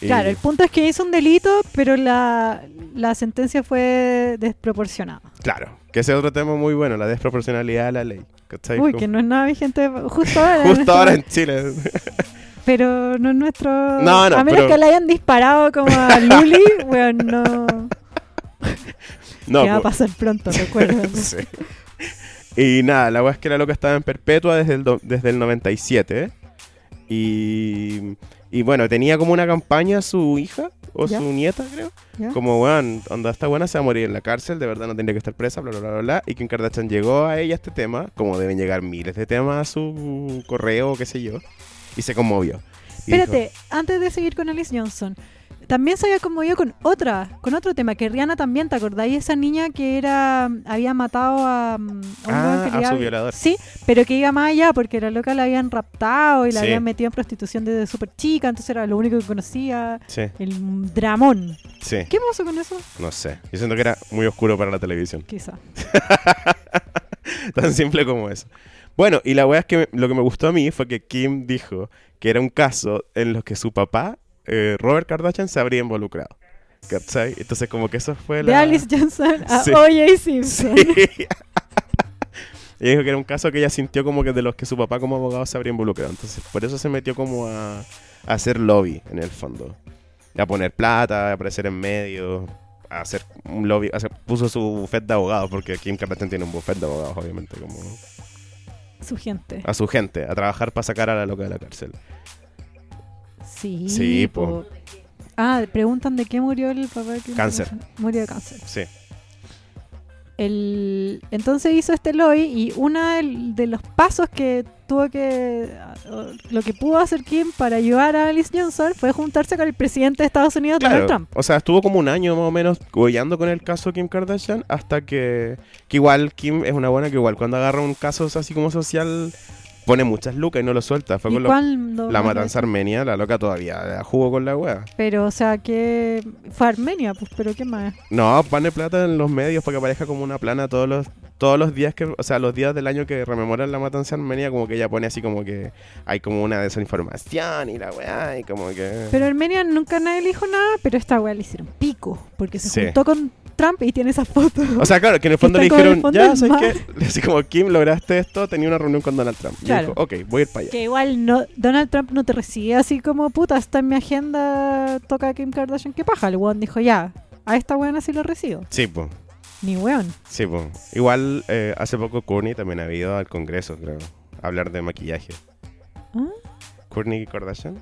[SPEAKER 2] Y-
[SPEAKER 1] Claro, el punto es que hizo un delito, pero la, la sentencia fue desproporcionada.
[SPEAKER 2] Claro, que ese es otro tema muy bueno, la desproporcionalidad de la ley, ¿cachai?
[SPEAKER 1] Uy,
[SPEAKER 2] Como-
[SPEAKER 1] que no es nada vigente justo ahora.
[SPEAKER 2] Justo ahora en Chile.
[SPEAKER 1] Pero no es nuestro...
[SPEAKER 2] No, no,
[SPEAKER 1] a menos
[SPEAKER 2] pero-
[SPEAKER 1] que le hayan disparado como a Luli, weón, no...
[SPEAKER 2] No,
[SPEAKER 1] que va a
[SPEAKER 2] pues-
[SPEAKER 1] pasar pronto, recuerden.
[SPEAKER 2] Sí. Y nada, la weá es que la loca estaba en perpetua desde el, do- desde el 97. Y, y bueno, tenía como una campaña su hija o
[SPEAKER 1] Ya.
[SPEAKER 2] su nieta, creo.
[SPEAKER 1] ¿Ya?
[SPEAKER 2] Como, weón, onda esta buena se va a morir en la cárcel, de verdad no tendría que estar presa, bla, bla, bla, bla, bla. Y Kim Kardashian llegó a ella este tema, como deben llegar miles de temas a su correo, qué sé yo. Y se conmovió. Y dijo,
[SPEAKER 1] Espérate, antes de seguir con Alice Johnson, también se había conmovido con otra, con otro tema, que Rihanna también, ¿te acordáis? Esa niña que era había matado a, mm, a un
[SPEAKER 2] Ah,
[SPEAKER 1] weón que le
[SPEAKER 2] a su
[SPEAKER 1] había-
[SPEAKER 2] violador.
[SPEAKER 1] Sí, pero que iba más allá porque la loca la habían raptado y la
[SPEAKER 2] Sí.
[SPEAKER 1] habían metido en prostitución desde súper chica, entonces era lo único que conocía,
[SPEAKER 2] Sí,
[SPEAKER 1] el dramón.
[SPEAKER 2] sí,
[SPEAKER 1] ¿Qué pasó con eso?
[SPEAKER 2] no sé. Yo siento que era muy oscuro para la televisión.
[SPEAKER 1] Quizá.
[SPEAKER 2] Tan simple como eso. Bueno, y la weá es que me- lo que me gustó a mí fue que Kim dijo que era un caso en los que su papá, eh, Robert Kardashian, se habría involucrado. ¿Cachai? Entonces, como que eso fue
[SPEAKER 1] De
[SPEAKER 2] la.
[SPEAKER 1] Alice Johnson a
[SPEAKER 2] Sí.
[SPEAKER 1] OJ Simpson.
[SPEAKER 2] Sí. Ella dijo que era un caso que ella sintió como que de los que su papá como abogado se habría involucrado. Entonces, por eso se metió como a, a hacer lobby en el fondo. A poner plata, a aparecer en medio, a hacer un lobby. a hacer- puso su buffet de abogados, porque Kim Kardashian tiene un buffet de abogados, obviamente, como
[SPEAKER 1] Su gente.
[SPEAKER 2] a su gente, a trabajar para sacar a la loca de la cárcel.
[SPEAKER 1] Sí,
[SPEAKER 2] Sí, po.
[SPEAKER 1] po. Ah, preguntan de qué murió el papá. de Kim
[SPEAKER 2] Cáncer.
[SPEAKER 1] Kardashian. Murió de cáncer.
[SPEAKER 2] Sí.
[SPEAKER 1] El... Entonces hizo este lobby y uno de los pasos que tuvo que... Lo que pudo hacer Kim para ayudar a Alice Johnson fue juntarse con el presidente de Estados Unidos,
[SPEAKER 2] Claro,
[SPEAKER 1] Donald Trump.
[SPEAKER 2] o sea, estuvo como un año más o menos goyando con el caso Kim Kardashian hasta que, que igual Kim es una buena que igual cuando agarra un caso así como social pone muchas lucas y no lo suelta. Fue
[SPEAKER 1] ¿Y
[SPEAKER 2] con lo-
[SPEAKER 1] cuándo-
[SPEAKER 2] la matanza armenia, la loca todavía jugó con la wea.
[SPEAKER 1] Pero, o sea, que fue Armenia, pues, pero ¿qué más?
[SPEAKER 2] No, pane plata en los medios para que aparezca como una plana todos los todos los días que, o sea, los días del año que rememoran la matanza armenia como que ella pone así como que hay como una desinformación y la wea y como que
[SPEAKER 1] Pero Armenia nunca nadie le dijo nada, pero esta weá le hicieron pico, porque se
[SPEAKER 2] Sí.
[SPEAKER 1] juntó con Trump y tiene esa foto.
[SPEAKER 2] O sea, claro, que en el fondo le
[SPEAKER 1] Está como en
[SPEAKER 2] dijeron,
[SPEAKER 1] el fondo
[SPEAKER 2] ya,
[SPEAKER 1] del
[SPEAKER 2] ¿sabes qué? Así como, Kim, lograste esto, tenía una reunión con Donald Trump. Y
[SPEAKER 1] Claro.
[SPEAKER 2] dijo, ok, voy a ir para allá.
[SPEAKER 1] que igual no, Donald Trump no te recibe así como, puta, está en mi agenda, toca a Kim Kardashian, qué paja. El weón dijo, ya, a esta weón así lo recibo.
[SPEAKER 2] Sí, pues.
[SPEAKER 1] Ni weón.
[SPEAKER 2] Sí, po. Igual, eh, hace poco Courtney también ha ido al Congreso, creo, a hablar de maquillaje.
[SPEAKER 1] ¿Ah?
[SPEAKER 2] ¿Courtney y Kardashian?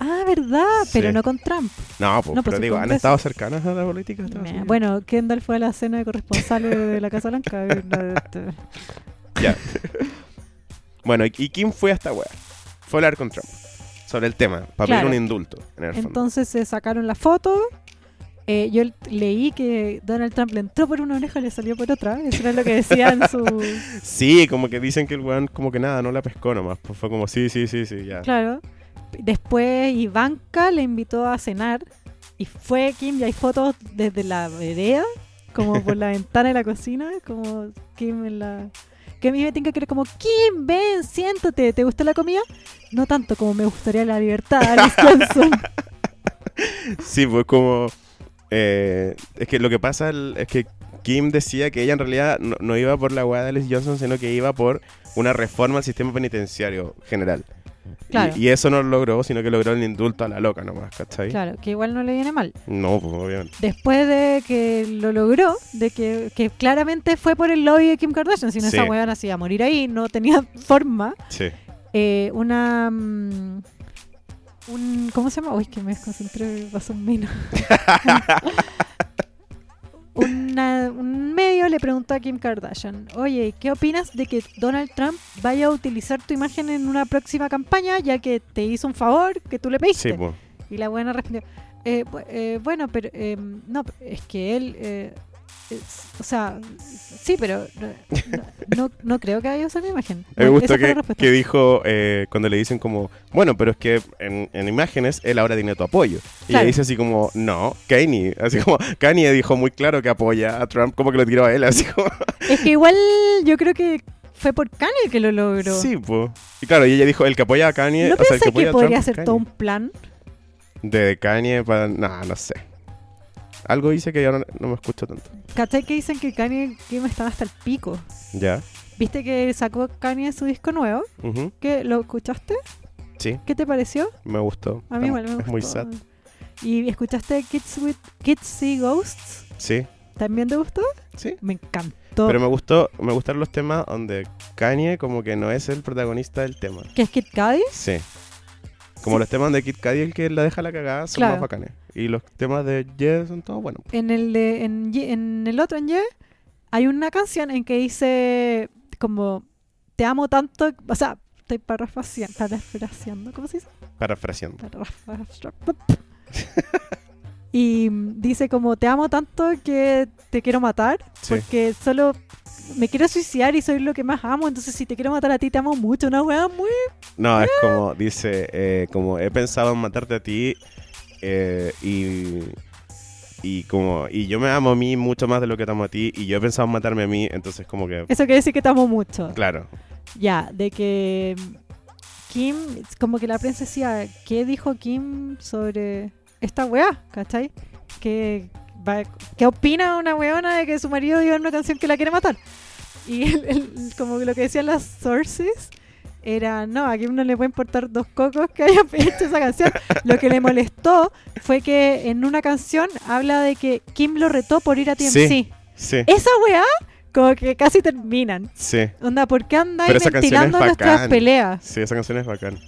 [SPEAKER 1] Ah, verdad, pero
[SPEAKER 2] Sí.
[SPEAKER 1] no con Trump.
[SPEAKER 2] No, pues,
[SPEAKER 1] No, pues,
[SPEAKER 2] pero
[SPEAKER 1] el
[SPEAKER 2] digo, ¿han
[SPEAKER 1] Congreso.
[SPEAKER 2] estado cercanas a la política? de Estados
[SPEAKER 1] Meh,
[SPEAKER 2] Unidos?
[SPEAKER 1] Bueno, Kendall fue a la cena de corresponsales de la Casa Blanca. No, este,
[SPEAKER 2] Bueno, y y Kim fue hasta weá. Fue a hablar con Trump sobre el tema, para
[SPEAKER 1] Claro.
[SPEAKER 2] pedir un indulto, en el fondo.
[SPEAKER 1] Entonces se sacaron la foto. Eh, yo leí que Donald Trump le entró por una oreja y le salió por otra. Eso era lo que decía en su...
[SPEAKER 2] Sí, como que dicen que el weón, como que nada, no la pescó nomás. Pues fue como, sí, sí, sí, sí, ya.
[SPEAKER 1] Claro. Después Ivanka le invitó a cenar y fue Kim y hay fotos desde la vereda, como por la ventana de la cocina, como Kim en la... Que a mí me tenga que era como, Kim, ven, siéntate, ¿te gustó la comida? No tanto como me gustaría la libertad, Alice Johnson.
[SPEAKER 2] Sí, pues como... eh, es que lo que pasa el- es que Kim decía que ella en realidad no, no iba por la weá de Alice Johnson, sino que iba por una reforma al sistema penitenciario general. Y-
[SPEAKER 1] Claro.
[SPEAKER 2] Y, eso no lo logró, sino que logró el indulto a la loca nomás, ¿cachai?
[SPEAKER 1] Claro, que igual no le viene mal.
[SPEAKER 2] No, pues obviamente.
[SPEAKER 1] Después de que lo logró, de que, que claramente fue por el lobby de Kim Kardashian, si no
[SPEAKER 2] Sí.
[SPEAKER 1] esa huevona así a morir ahí, no tenía forma.
[SPEAKER 2] Sí.
[SPEAKER 1] eh, una. mm, un, ¿Cómo se llama? Uy, que me desconcentré, pasó un menos. Una- un medio le preguntó a Kim Kardashian: Oye, ¿qué opinas de que Donald Trump vaya a utilizar tu imagen en una próxima campaña, ya que te hizo un favor que tú le pediste?
[SPEAKER 2] Sí, pues.
[SPEAKER 1] Y la buena respondió, eh, bu- eh, bueno, pero eh, no, es que él, eh, es- o sea, sí, pero no, no, no creo que haya usado mi imagen.
[SPEAKER 2] Me
[SPEAKER 1] Bueno,
[SPEAKER 2] gusta
[SPEAKER 1] esa fue la
[SPEAKER 2] que,
[SPEAKER 1] respuesta.
[SPEAKER 2] que dijo eh, cuando le dicen como, bueno, pero es que en, en imágenes él ahora tiene tu apoyo. Y
[SPEAKER 1] Claro.
[SPEAKER 2] le dice así como, no, Kanye. Así como, Kanye dijo muy claro que apoya a Trump, como que lo tiró a él, así como...
[SPEAKER 1] Es que igual yo creo que fue por Kanye que lo logró.
[SPEAKER 2] Sí, pues. Y claro, y ella dijo, el que apoya a Kanye...
[SPEAKER 1] ¿No
[SPEAKER 2] o sea, el
[SPEAKER 1] pensé
[SPEAKER 2] que,
[SPEAKER 1] que,
[SPEAKER 2] apoya a Trump
[SPEAKER 1] podría
[SPEAKER 2] es
[SPEAKER 1] ser
[SPEAKER 2] Kanye.
[SPEAKER 1] todo un plan?
[SPEAKER 2] De Kanye para... No, no sé. Algo dice que yo no, no me escucho tanto.
[SPEAKER 1] ¿Cachai que dicen que Kanye Kim estaba hasta el pico?
[SPEAKER 2] ¿Ya?
[SPEAKER 1] ¿Viste que sacó Kanye su disco nuevo?
[SPEAKER 2] Ujú.
[SPEAKER 1] ¿Qué, ¿Lo escuchaste?
[SPEAKER 2] Sí,
[SPEAKER 1] ¿Qué te pareció?
[SPEAKER 2] me gustó.
[SPEAKER 1] A mí
[SPEAKER 2] Es-
[SPEAKER 1] igual me
[SPEAKER 2] Es muy
[SPEAKER 1] gustó.
[SPEAKER 2] sad.
[SPEAKER 1] ¿Y escuchaste Kids, with, Kids See Ghosts?
[SPEAKER 2] Sí,
[SPEAKER 1] ¿También te gustó?
[SPEAKER 2] sí.
[SPEAKER 1] Me encantó.
[SPEAKER 2] Pero me gustó, me gustaron los temas donde Kanye como que no es el protagonista del tema.
[SPEAKER 1] ¿Qué es Kid Cudi?
[SPEAKER 2] Sí. Como
[SPEAKER 1] Sí.
[SPEAKER 2] los temas de Kid Cudi, el que la deja la cagada, son
[SPEAKER 1] Claro.
[SPEAKER 2] más bacanes. Y los temas de Jess son todos buenos.
[SPEAKER 1] En el, de, en, Ye- en el otro, en Ye, hay una canción en que dice como te amo tanto, o sea, estoy parafraseando, parafraseando ¿cómo se dice?
[SPEAKER 2] Parafraseando.
[SPEAKER 1] Y mm, dice como te amo tanto que te quiero matar
[SPEAKER 2] Sí.
[SPEAKER 1] porque solo me quiero suicidar y soy lo que más amo, entonces si te quiero matar a ti te amo mucho, una weá muy...
[SPEAKER 2] No, es como, dice, eh, como he pensado en matarte a ti eh, y, y como, y yo me amo a mí mucho más de lo que te amo a ti y yo he pensado en matarme a mí, entonces como que,
[SPEAKER 1] Eso quiere decir que te amo mucho.
[SPEAKER 2] claro,
[SPEAKER 1] Ya, de que Kim, como que la prensa decía, ¿qué dijo Kim sobre esta weá? ¿Cachai? ¿qué, va- qué opina una weona de que su marido diga una canción que la quiere matar? Y el- el- como que lo que decían las sources era, no, aquí uno le puede importar dos cocos que haya hecho esa canción. Lo que le molestó fue que en una canción habla de que Kim lo retó por ir a TMC.
[SPEAKER 2] Sí. Sí,
[SPEAKER 1] Esa weá, como que casi terminan.
[SPEAKER 2] sí.
[SPEAKER 1] Onda, ¿por qué andáis
[SPEAKER 2] Pero esa canción
[SPEAKER 1] ventilando
[SPEAKER 2] es
[SPEAKER 1] nuestras
[SPEAKER 2] bacán.
[SPEAKER 1] peleas?
[SPEAKER 2] Sí, esa canción es bacán.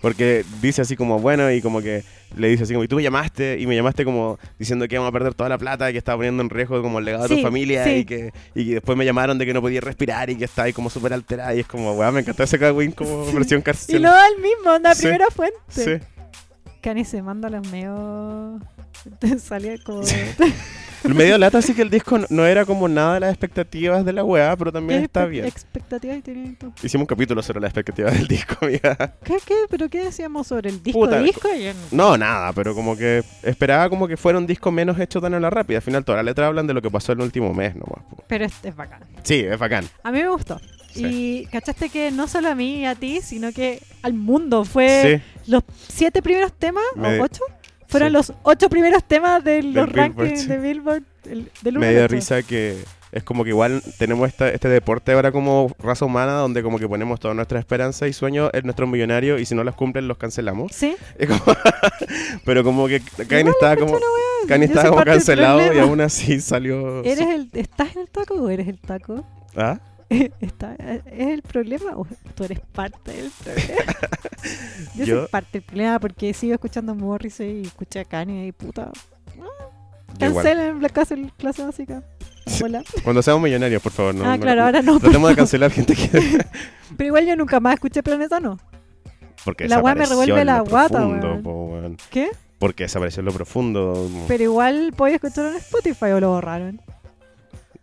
[SPEAKER 2] Porque dice así como, bueno, y como que le dice así como, y tú me llamaste, y me llamaste como diciendo que íbamos a perder toda la plata, y que estaba poniendo en riesgo como el legado de
[SPEAKER 1] Sí,
[SPEAKER 2] tu familia,
[SPEAKER 1] sí.
[SPEAKER 2] y que y que después me llamaron de que no podía respirar, y que estaba ahí como súper alterada, y es como, weá, me encantó ese Cagüín como versión
[SPEAKER 1] Y
[SPEAKER 2] canción.
[SPEAKER 1] luego el mismo, onda,
[SPEAKER 2] Sí.
[SPEAKER 1] primera fuente.
[SPEAKER 2] sí.
[SPEAKER 1] Kanye se manda los meos. Te salía como.
[SPEAKER 2] Medio lata, así que el disco no- no era como nada de las expectativas de la weá, pero también
[SPEAKER 1] ¿Qué
[SPEAKER 2] está
[SPEAKER 1] expe-
[SPEAKER 2] bien.
[SPEAKER 1] expectativas tenías tú?
[SPEAKER 2] Hicimos un capítulo sobre las expectativas del disco, amiga.
[SPEAKER 1] ¿Qué, qué? ¿Pero qué decíamos sobre el disco?
[SPEAKER 2] Puta.
[SPEAKER 1] disco? Y en-
[SPEAKER 2] No, nada, pero como que esperaba como que fuera un disco menos hecho tan a la rápida. Al final, todas las letras hablan de lo que pasó el último mes nomás. po.
[SPEAKER 1] Pero este es bacán.
[SPEAKER 2] Sí, es bacán.
[SPEAKER 1] A mí me gustó.
[SPEAKER 2] Sí.
[SPEAKER 1] Y cachaste que no solo a mí y a ti, sino que al mundo. Fue
[SPEAKER 2] Sí,
[SPEAKER 1] los siete primeros temas,
[SPEAKER 2] Me-
[SPEAKER 1] o ocho, fueron
[SPEAKER 2] sí.
[SPEAKER 1] los ocho primeros temas de los
[SPEAKER 2] Billboard,
[SPEAKER 1] rankings
[SPEAKER 2] sí.
[SPEAKER 1] de Billboard. el- del uno
[SPEAKER 2] me
[SPEAKER 1] al
[SPEAKER 2] dio
[SPEAKER 1] ocho.
[SPEAKER 2] risa que es como que igual tenemos esta- este deporte ahora como raza humana donde como que ponemos todas nuestras esperanzas y sueños en nuestros millonarios y si no las cumplen los cancelamos.
[SPEAKER 1] Sí,
[SPEAKER 2] Es como- pero como que Kanye estaba como,
[SPEAKER 1] yo
[SPEAKER 2] Kanye estaba
[SPEAKER 1] soy
[SPEAKER 2] como
[SPEAKER 1] parte del
[SPEAKER 2] cancelado y
[SPEAKER 1] problema.
[SPEAKER 2] aún así salió... su-
[SPEAKER 1] ¿Eres el, ¿Estás en el taco o eres el taco?
[SPEAKER 2] ¿Ah?
[SPEAKER 1] ¿Está, ¿Es el problema o tú eres parte del problema? Yo,
[SPEAKER 2] Yo-
[SPEAKER 1] soy parte del problema porque sigo escuchando a Morrissey y escuché a Kanye y puta.
[SPEAKER 2] Yo igual.
[SPEAKER 1] Cancelen la clase, clase básica. Hola.
[SPEAKER 2] Cuando seamos millonarios, por favor. No,
[SPEAKER 1] ah,
[SPEAKER 2] no-
[SPEAKER 1] claro, ahora no.
[SPEAKER 2] Tratemos de
[SPEAKER 1] pero-
[SPEAKER 2] cancelar gente que...
[SPEAKER 1] Pero igual yo nunca más escuché Planeta No.
[SPEAKER 2] Porque
[SPEAKER 1] La weá me
[SPEAKER 2] desapareció
[SPEAKER 1] revuelve
[SPEAKER 2] en lo
[SPEAKER 1] la guata,
[SPEAKER 2] profundo,
[SPEAKER 1] weón.
[SPEAKER 2] po, weón.
[SPEAKER 1] ¿Qué?
[SPEAKER 2] Porque desapareció en lo profundo.
[SPEAKER 1] Pero igual podía escucharlo en Spotify o lo borraron.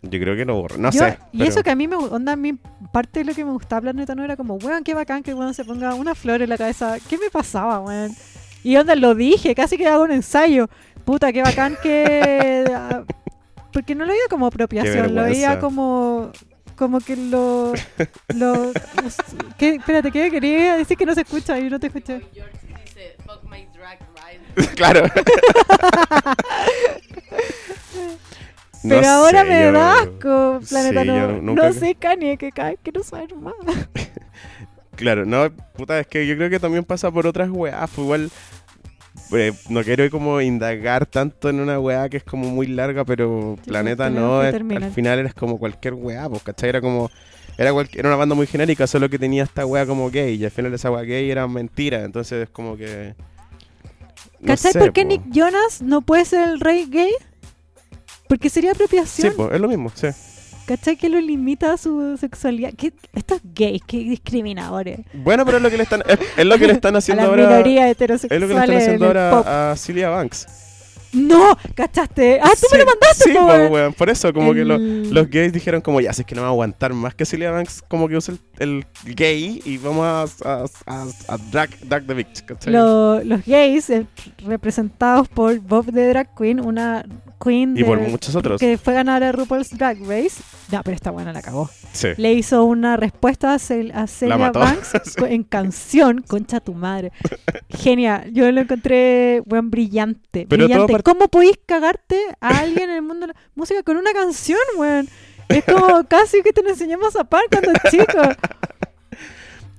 [SPEAKER 2] Yo creo que lo borró. No
[SPEAKER 1] Yo-
[SPEAKER 2] sé.
[SPEAKER 1] Y
[SPEAKER 2] pero-
[SPEAKER 1] eso que a mí me gu- onda, a mí parte de lo que me gustaba Planeta No era como, weón, qué bacán que weón se ponga una flor en la cabeza. ¿Qué me pasaba, weón? Y onda, lo dije, casi que hago un ensayo. Puta, qué bacán que. ah, Porque no lo veía como apropiación, lo veía
[SPEAKER 2] vergüenza.
[SPEAKER 1] como. Como que lo. lo ¿Qué? Espérate, ¿qué quería decir que no se escucha? Yo no te escuché.
[SPEAKER 3] George dice, fuck my drag ride.
[SPEAKER 2] Claro. No
[SPEAKER 1] Pero ahora
[SPEAKER 2] sé,
[SPEAKER 1] me
[SPEAKER 2] yo-
[SPEAKER 1] da asco, Planeta
[SPEAKER 2] sí, yo
[SPEAKER 1] No.
[SPEAKER 2] nunca-
[SPEAKER 1] No sé, Kanye, que cae, que no saber más.
[SPEAKER 2] Claro, no, puta, es que yo creo que también pasa por otras weas. pues igual eh, no quiero como indagar tanto en una wea que es como muy larga, pero
[SPEAKER 1] Sí,
[SPEAKER 2] Planeta
[SPEAKER 1] tenemos
[SPEAKER 2] no.
[SPEAKER 1] que
[SPEAKER 2] es-
[SPEAKER 1] terminar.
[SPEAKER 2] al final eres como cualquier wea, pues, ¿cachai? Era como. Era, cual- era una banda muy genérica, solo que tenía esta wea como gay. Y al final esa wea gay era mentira, entonces es como que. no
[SPEAKER 1] ¿Cachai
[SPEAKER 2] sé,
[SPEAKER 1] por qué
[SPEAKER 2] po.
[SPEAKER 1] Nick Jonas no puede ser el rey gay? Porque sería
[SPEAKER 2] Sí,
[SPEAKER 1] apropiación.
[SPEAKER 2] po, es lo mismo, sí.
[SPEAKER 1] ¿Cachai que lo limita a su sexualidad? ¿Qué- Estos gays, qué discriminadores.
[SPEAKER 2] Bueno, pero es lo que le están, es, es lo que le están
[SPEAKER 1] A
[SPEAKER 2] haciendo
[SPEAKER 1] las
[SPEAKER 2] ahora.
[SPEAKER 1] minorías
[SPEAKER 2] Es
[SPEAKER 1] heterosexuales.
[SPEAKER 2] lo que le están haciendo
[SPEAKER 1] en el pop.
[SPEAKER 2] ahora a Celia Banks.
[SPEAKER 1] No, ¿cachaste? Ah, tú
[SPEAKER 2] Sí,
[SPEAKER 1] me lo mandaste,
[SPEAKER 2] Sí,
[SPEAKER 1] po,
[SPEAKER 2] po,
[SPEAKER 1] weón.
[SPEAKER 2] weón, Por eso, como que lo-
[SPEAKER 1] El-
[SPEAKER 2] los gays dijeron como, ya, si es que no va a aguantar más que Celia Banks, como que usa el, el gay y vamos a, a, a, a drag, drag the bitch, ¿cachai?
[SPEAKER 1] lo- los gays eh, representados por Bob the Drag Queen, una queen
[SPEAKER 2] y por
[SPEAKER 1] de-
[SPEAKER 2] muchos otros.
[SPEAKER 1] que fue ganadora de RuPaul's Drag Race. No, pero esta buena la cagó.
[SPEAKER 2] Sí.
[SPEAKER 1] le hizo una respuesta a, Cel- a Celia
[SPEAKER 2] mató.
[SPEAKER 1] Banks co- en canción, concha tu madre. Genial, yo lo encontré buen brillante.
[SPEAKER 2] Pero todo
[SPEAKER 1] brillante.
[SPEAKER 2] part-
[SPEAKER 1] ¿Cómo podéis cagarte a alguien en el mundo de la música con una canción, weón? Es como casi que te lo enseñamos a par cuando chicos.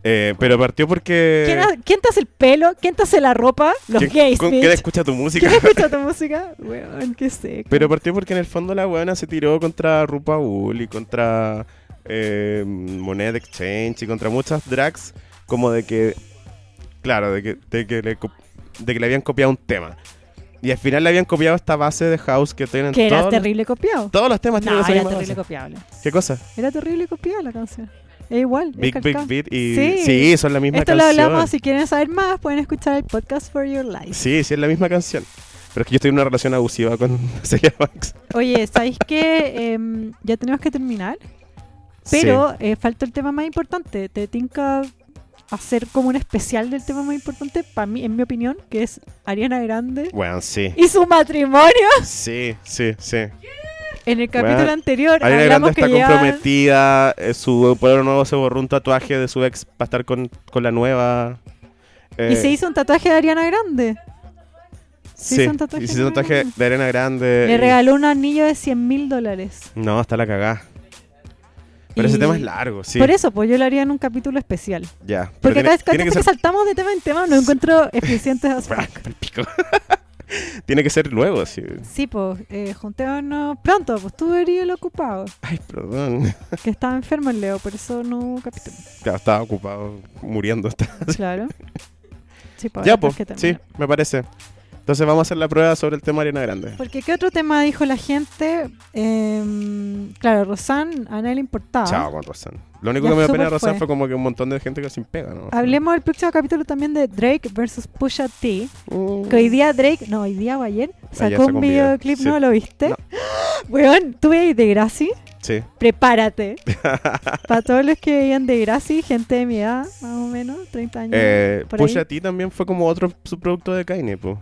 [SPEAKER 2] Eh, pero partió porque...
[SPEAKER 1] ¿Quién, ha- quién te hace el pelo? ¿Quién te hace la ropa? Los
[SPEAKER 2] Eh. ¿Quién-
[SPEAKER 1] gays,
[SPEAKER 2] con-
[SPEAKER 1] bitch.
[SPEAKER 2] ¿Quién escucha tu música?
[SPEAKER 1] ¿Quién escucha tu música? Weón, qué seco.
[SPEAKER 2] Pero partió porque en el fondo la buena se tiró contra RuPaul y contra eh, Monet Exchange y contra muchas drags como de que, claro, de que, de que, le, co- de que le habían copiado un tema. Y al final le habían copiado esta base de house que tienen
[SPEAKER 1] que era
[SPEAKER 2] todos, los-
[SPEAKER 1] terrible copiado.
[SPEAKER 2] todos los temas. tienen
[SPEAKER 1] No,
[SPEAKER 2] esa
[SPEAKER 1] era
[SPEAKER 2] misma
[SPEAKER 1] terrible
[SPEAKER 2] base.
[SPEAKER 1] copiable.
[SPEAKER 2] ¿Qué cosa?
[SPEAKER 1] Era terrible copiada la canción. Es igual. es
[SPEAKER 2] Big Big
[SPEAKER 1] calcada.
[SPEAKER 2] Beat y...
[SPEAKER 1] Sí.
[SPEAKER 2] Sí, son la misma
[SPEAKER 1] Esto
[SPEAKER 2] canción.
[SPEAKER 1] lo hablamos, si quieren saber más, pueden escuchar el podcast For Your Life.
[SPEAKER 2] Sí, sí, es la misma canción. Pero es que yo estoy en una relación abusiva con Celia Banks.
[SPEAKER 1] Oye, ¿sabéis que ya tenemos que terminar? Pero eh, falta el tema más importante. Te tinca hacer como un especial del tema más importante, para mí, en mi opinión, que es Ariana Grande
[SPEAKER 2] Sí. Bueno, sí.
[SPEAKER 1] y su matrimonio.
[SPEAKER 2] Sí, sí, sí.
[SPEAKER 1] En el
[SPEAKER 2] Bueno,
[SPEAKER 1] capítulo anterior
[SPEAKER 2] Ariana Grande
[SPEAKER 1] hablamos
[SPEAKER 2] está
[SPEAKER 1] que llevan-
[SPEAKER 2] comprometida, eh, su pueblo nuevo se borró un tatuaje de su ex para estar con, con la nueva. eh,
[SPEAKER 1] Y se hizo un tatuaje de Ariana Grande. Sí, son tatuajes
[SPEAKER 2] hiciste un tatuaje
[SPEAKER 1] grandes.
[SPEAKER 2] de arena grande.
[SPEAKER 1] Le
[SPEAKER 2] y-
[SPEAKER 1] regaló un anillo de 100 mil dólares.
[SPEAKER 2] No, está la cagada. Pero ese
[SPEAKER 1] Y-
[SPEAKER 2] tema es largo, sí.
[SPEAKER 1] Por eso, pues yo lo haría en un capítulo especial.
[SPEAKER 2] Ya. pero
[SPEAKER 1] Porque
[SPEAKER 2] tiene-
[SPEAKER 1] acá es
[SPEAKER 2] tiene que
[SPEAKER 1] que
[SPEAKER 2] ser
[SPEAKER 1] saltamos de tema en tema, no encuentro eficientes as
[SPEAKER 2] Bah,
[SPEAKER 1] fuck.
[SPEAKER 2] pa'l pico. Tiene que ser nuevo, sí.
[SPEAKER 1] Sí, pues, eh, juntémonos pronto, pues tú eres el ocupado.
[SPEAKER 2] Ay, perdón.
[SPEAKER 1] Que estaba enfermo el Leo, por eso no hubo capítulo.
[SPEAKER 2] Claro, estaba ocupado muriendo. Está-
[SPEAKER 1] Claro. Sí, pues.
[SPEAKER 2] ya,
[SPEAKER 1] ahora
[SPEAKER 2] pues.
[SPEAKER 1] tenemos que
[SPEAKER 2] Sí,
[SPEAKER 1] terminar.
[SPEAKER 2] me parece. Entonces vamos a hacer la prueba sobre el tema Arena Grande.
[SPEAKER 1] Porque, ¿qué otro tema dijo la gente? Em, claro, Rosan, a nadie le importaba.
[SPEAKER 2] Chao con Rosan. Lo único
[SPEAKER 1] Ah. Ya,
[SPEAKER 2] que me da
[SPEAKER 1] súper
[SPEAKER 2] pena de Rosan
[SPEAKER 1] fue.
[SPEAKER 2] fue. como que un montón de gente que sin pega, ¿no?
[SPEAKER 1] Hablemos el próximo capítulo también de Drake versus Pusha T.
[SPEAKER 2] Mm.
[SPEAKER 1] Que hoy día Drake, no, hoy día o ayer, sacó,
[SPEAKER 2] sacó
[SPEAKER 1] un
[SPEAKER 2] un video,
[SPEAKER 1] videoclip,
[SPEAKER 2] sí.
[SPEAKER 1] ¿no lo viste?
[SPEAKER 2] No.
[SPEAKER 1] Weón, tú veis de Gracie,
[SPEAKER 2] Sí.
[SPEAKER 1] prepárate. Para todos los que veían de Gracie, gente de mi edad, más o menos, 30 años.
[SPEAKER 2] Eh,
[SPEAKER 1] Mm, por
[SPEAKER 2] Pusha
[SPEAKER 1] ahí.
[SPEAKER 2] T también fue como otro subproducto de Kanye, po.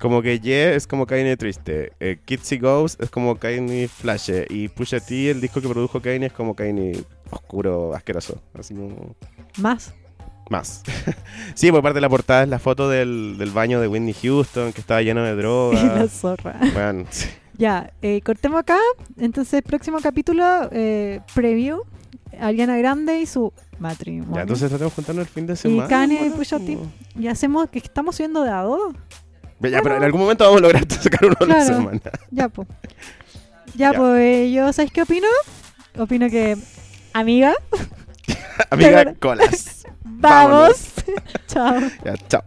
[SPEAKER 2] Como que Ye es como Kanye triste, eh, Kitsy Goes es como Kanye flash y Pusha T, el disco que produjo Kanye, es como Kanye oscuro, asqueroso, así como
[SPEAKER 1] Más.
[SPEAKER 2] más. sí, por parte de la portada es la foto del, del baño de Whitney Houston que estaba lleno de
[SPEAKER 1] Y la
[SPEAKER 2] drogas.
[SPEAKER 1] zorra.
[SPEAKER 2] Bueno, sí.
[SPEAKER 1] Ya, eh, cortemos acá. Entonces, próximo capítulo, eh, preview, Ariana Grande y su matrimonio.
[SPEAKER 2] Ya, entonces tratemos de juntarnos el fin de semana.
[SPEAKER 1] Kanye y
[SPEAKER 2] bueno,
[SPEAKER 1] Pusha T.
[SPEAKER 2] po.
[SPEAKER 1] Y hacemos que estamos subiendo de a dos.
[SPEAKER 2] Ya, pero en algún momento vamos a lograr sacar uno a la
[SPEAKER 1] Claro.
[SPEAKER 2] semana.
[SPEAKER 1] Ya, pues. Ya,
[SPEAKER 2] Ya.
[SPEAKER 1] pues, yo, ¿sabes qué opino? Opino que, amiga,
[SPEAKER 2] Amiga,
[SPEAKER 1] verdad.
[SPEAKER 2] colas.
[SPEAKER 1] vamos. Chao.
[SPEAKER 2] Ya, chao.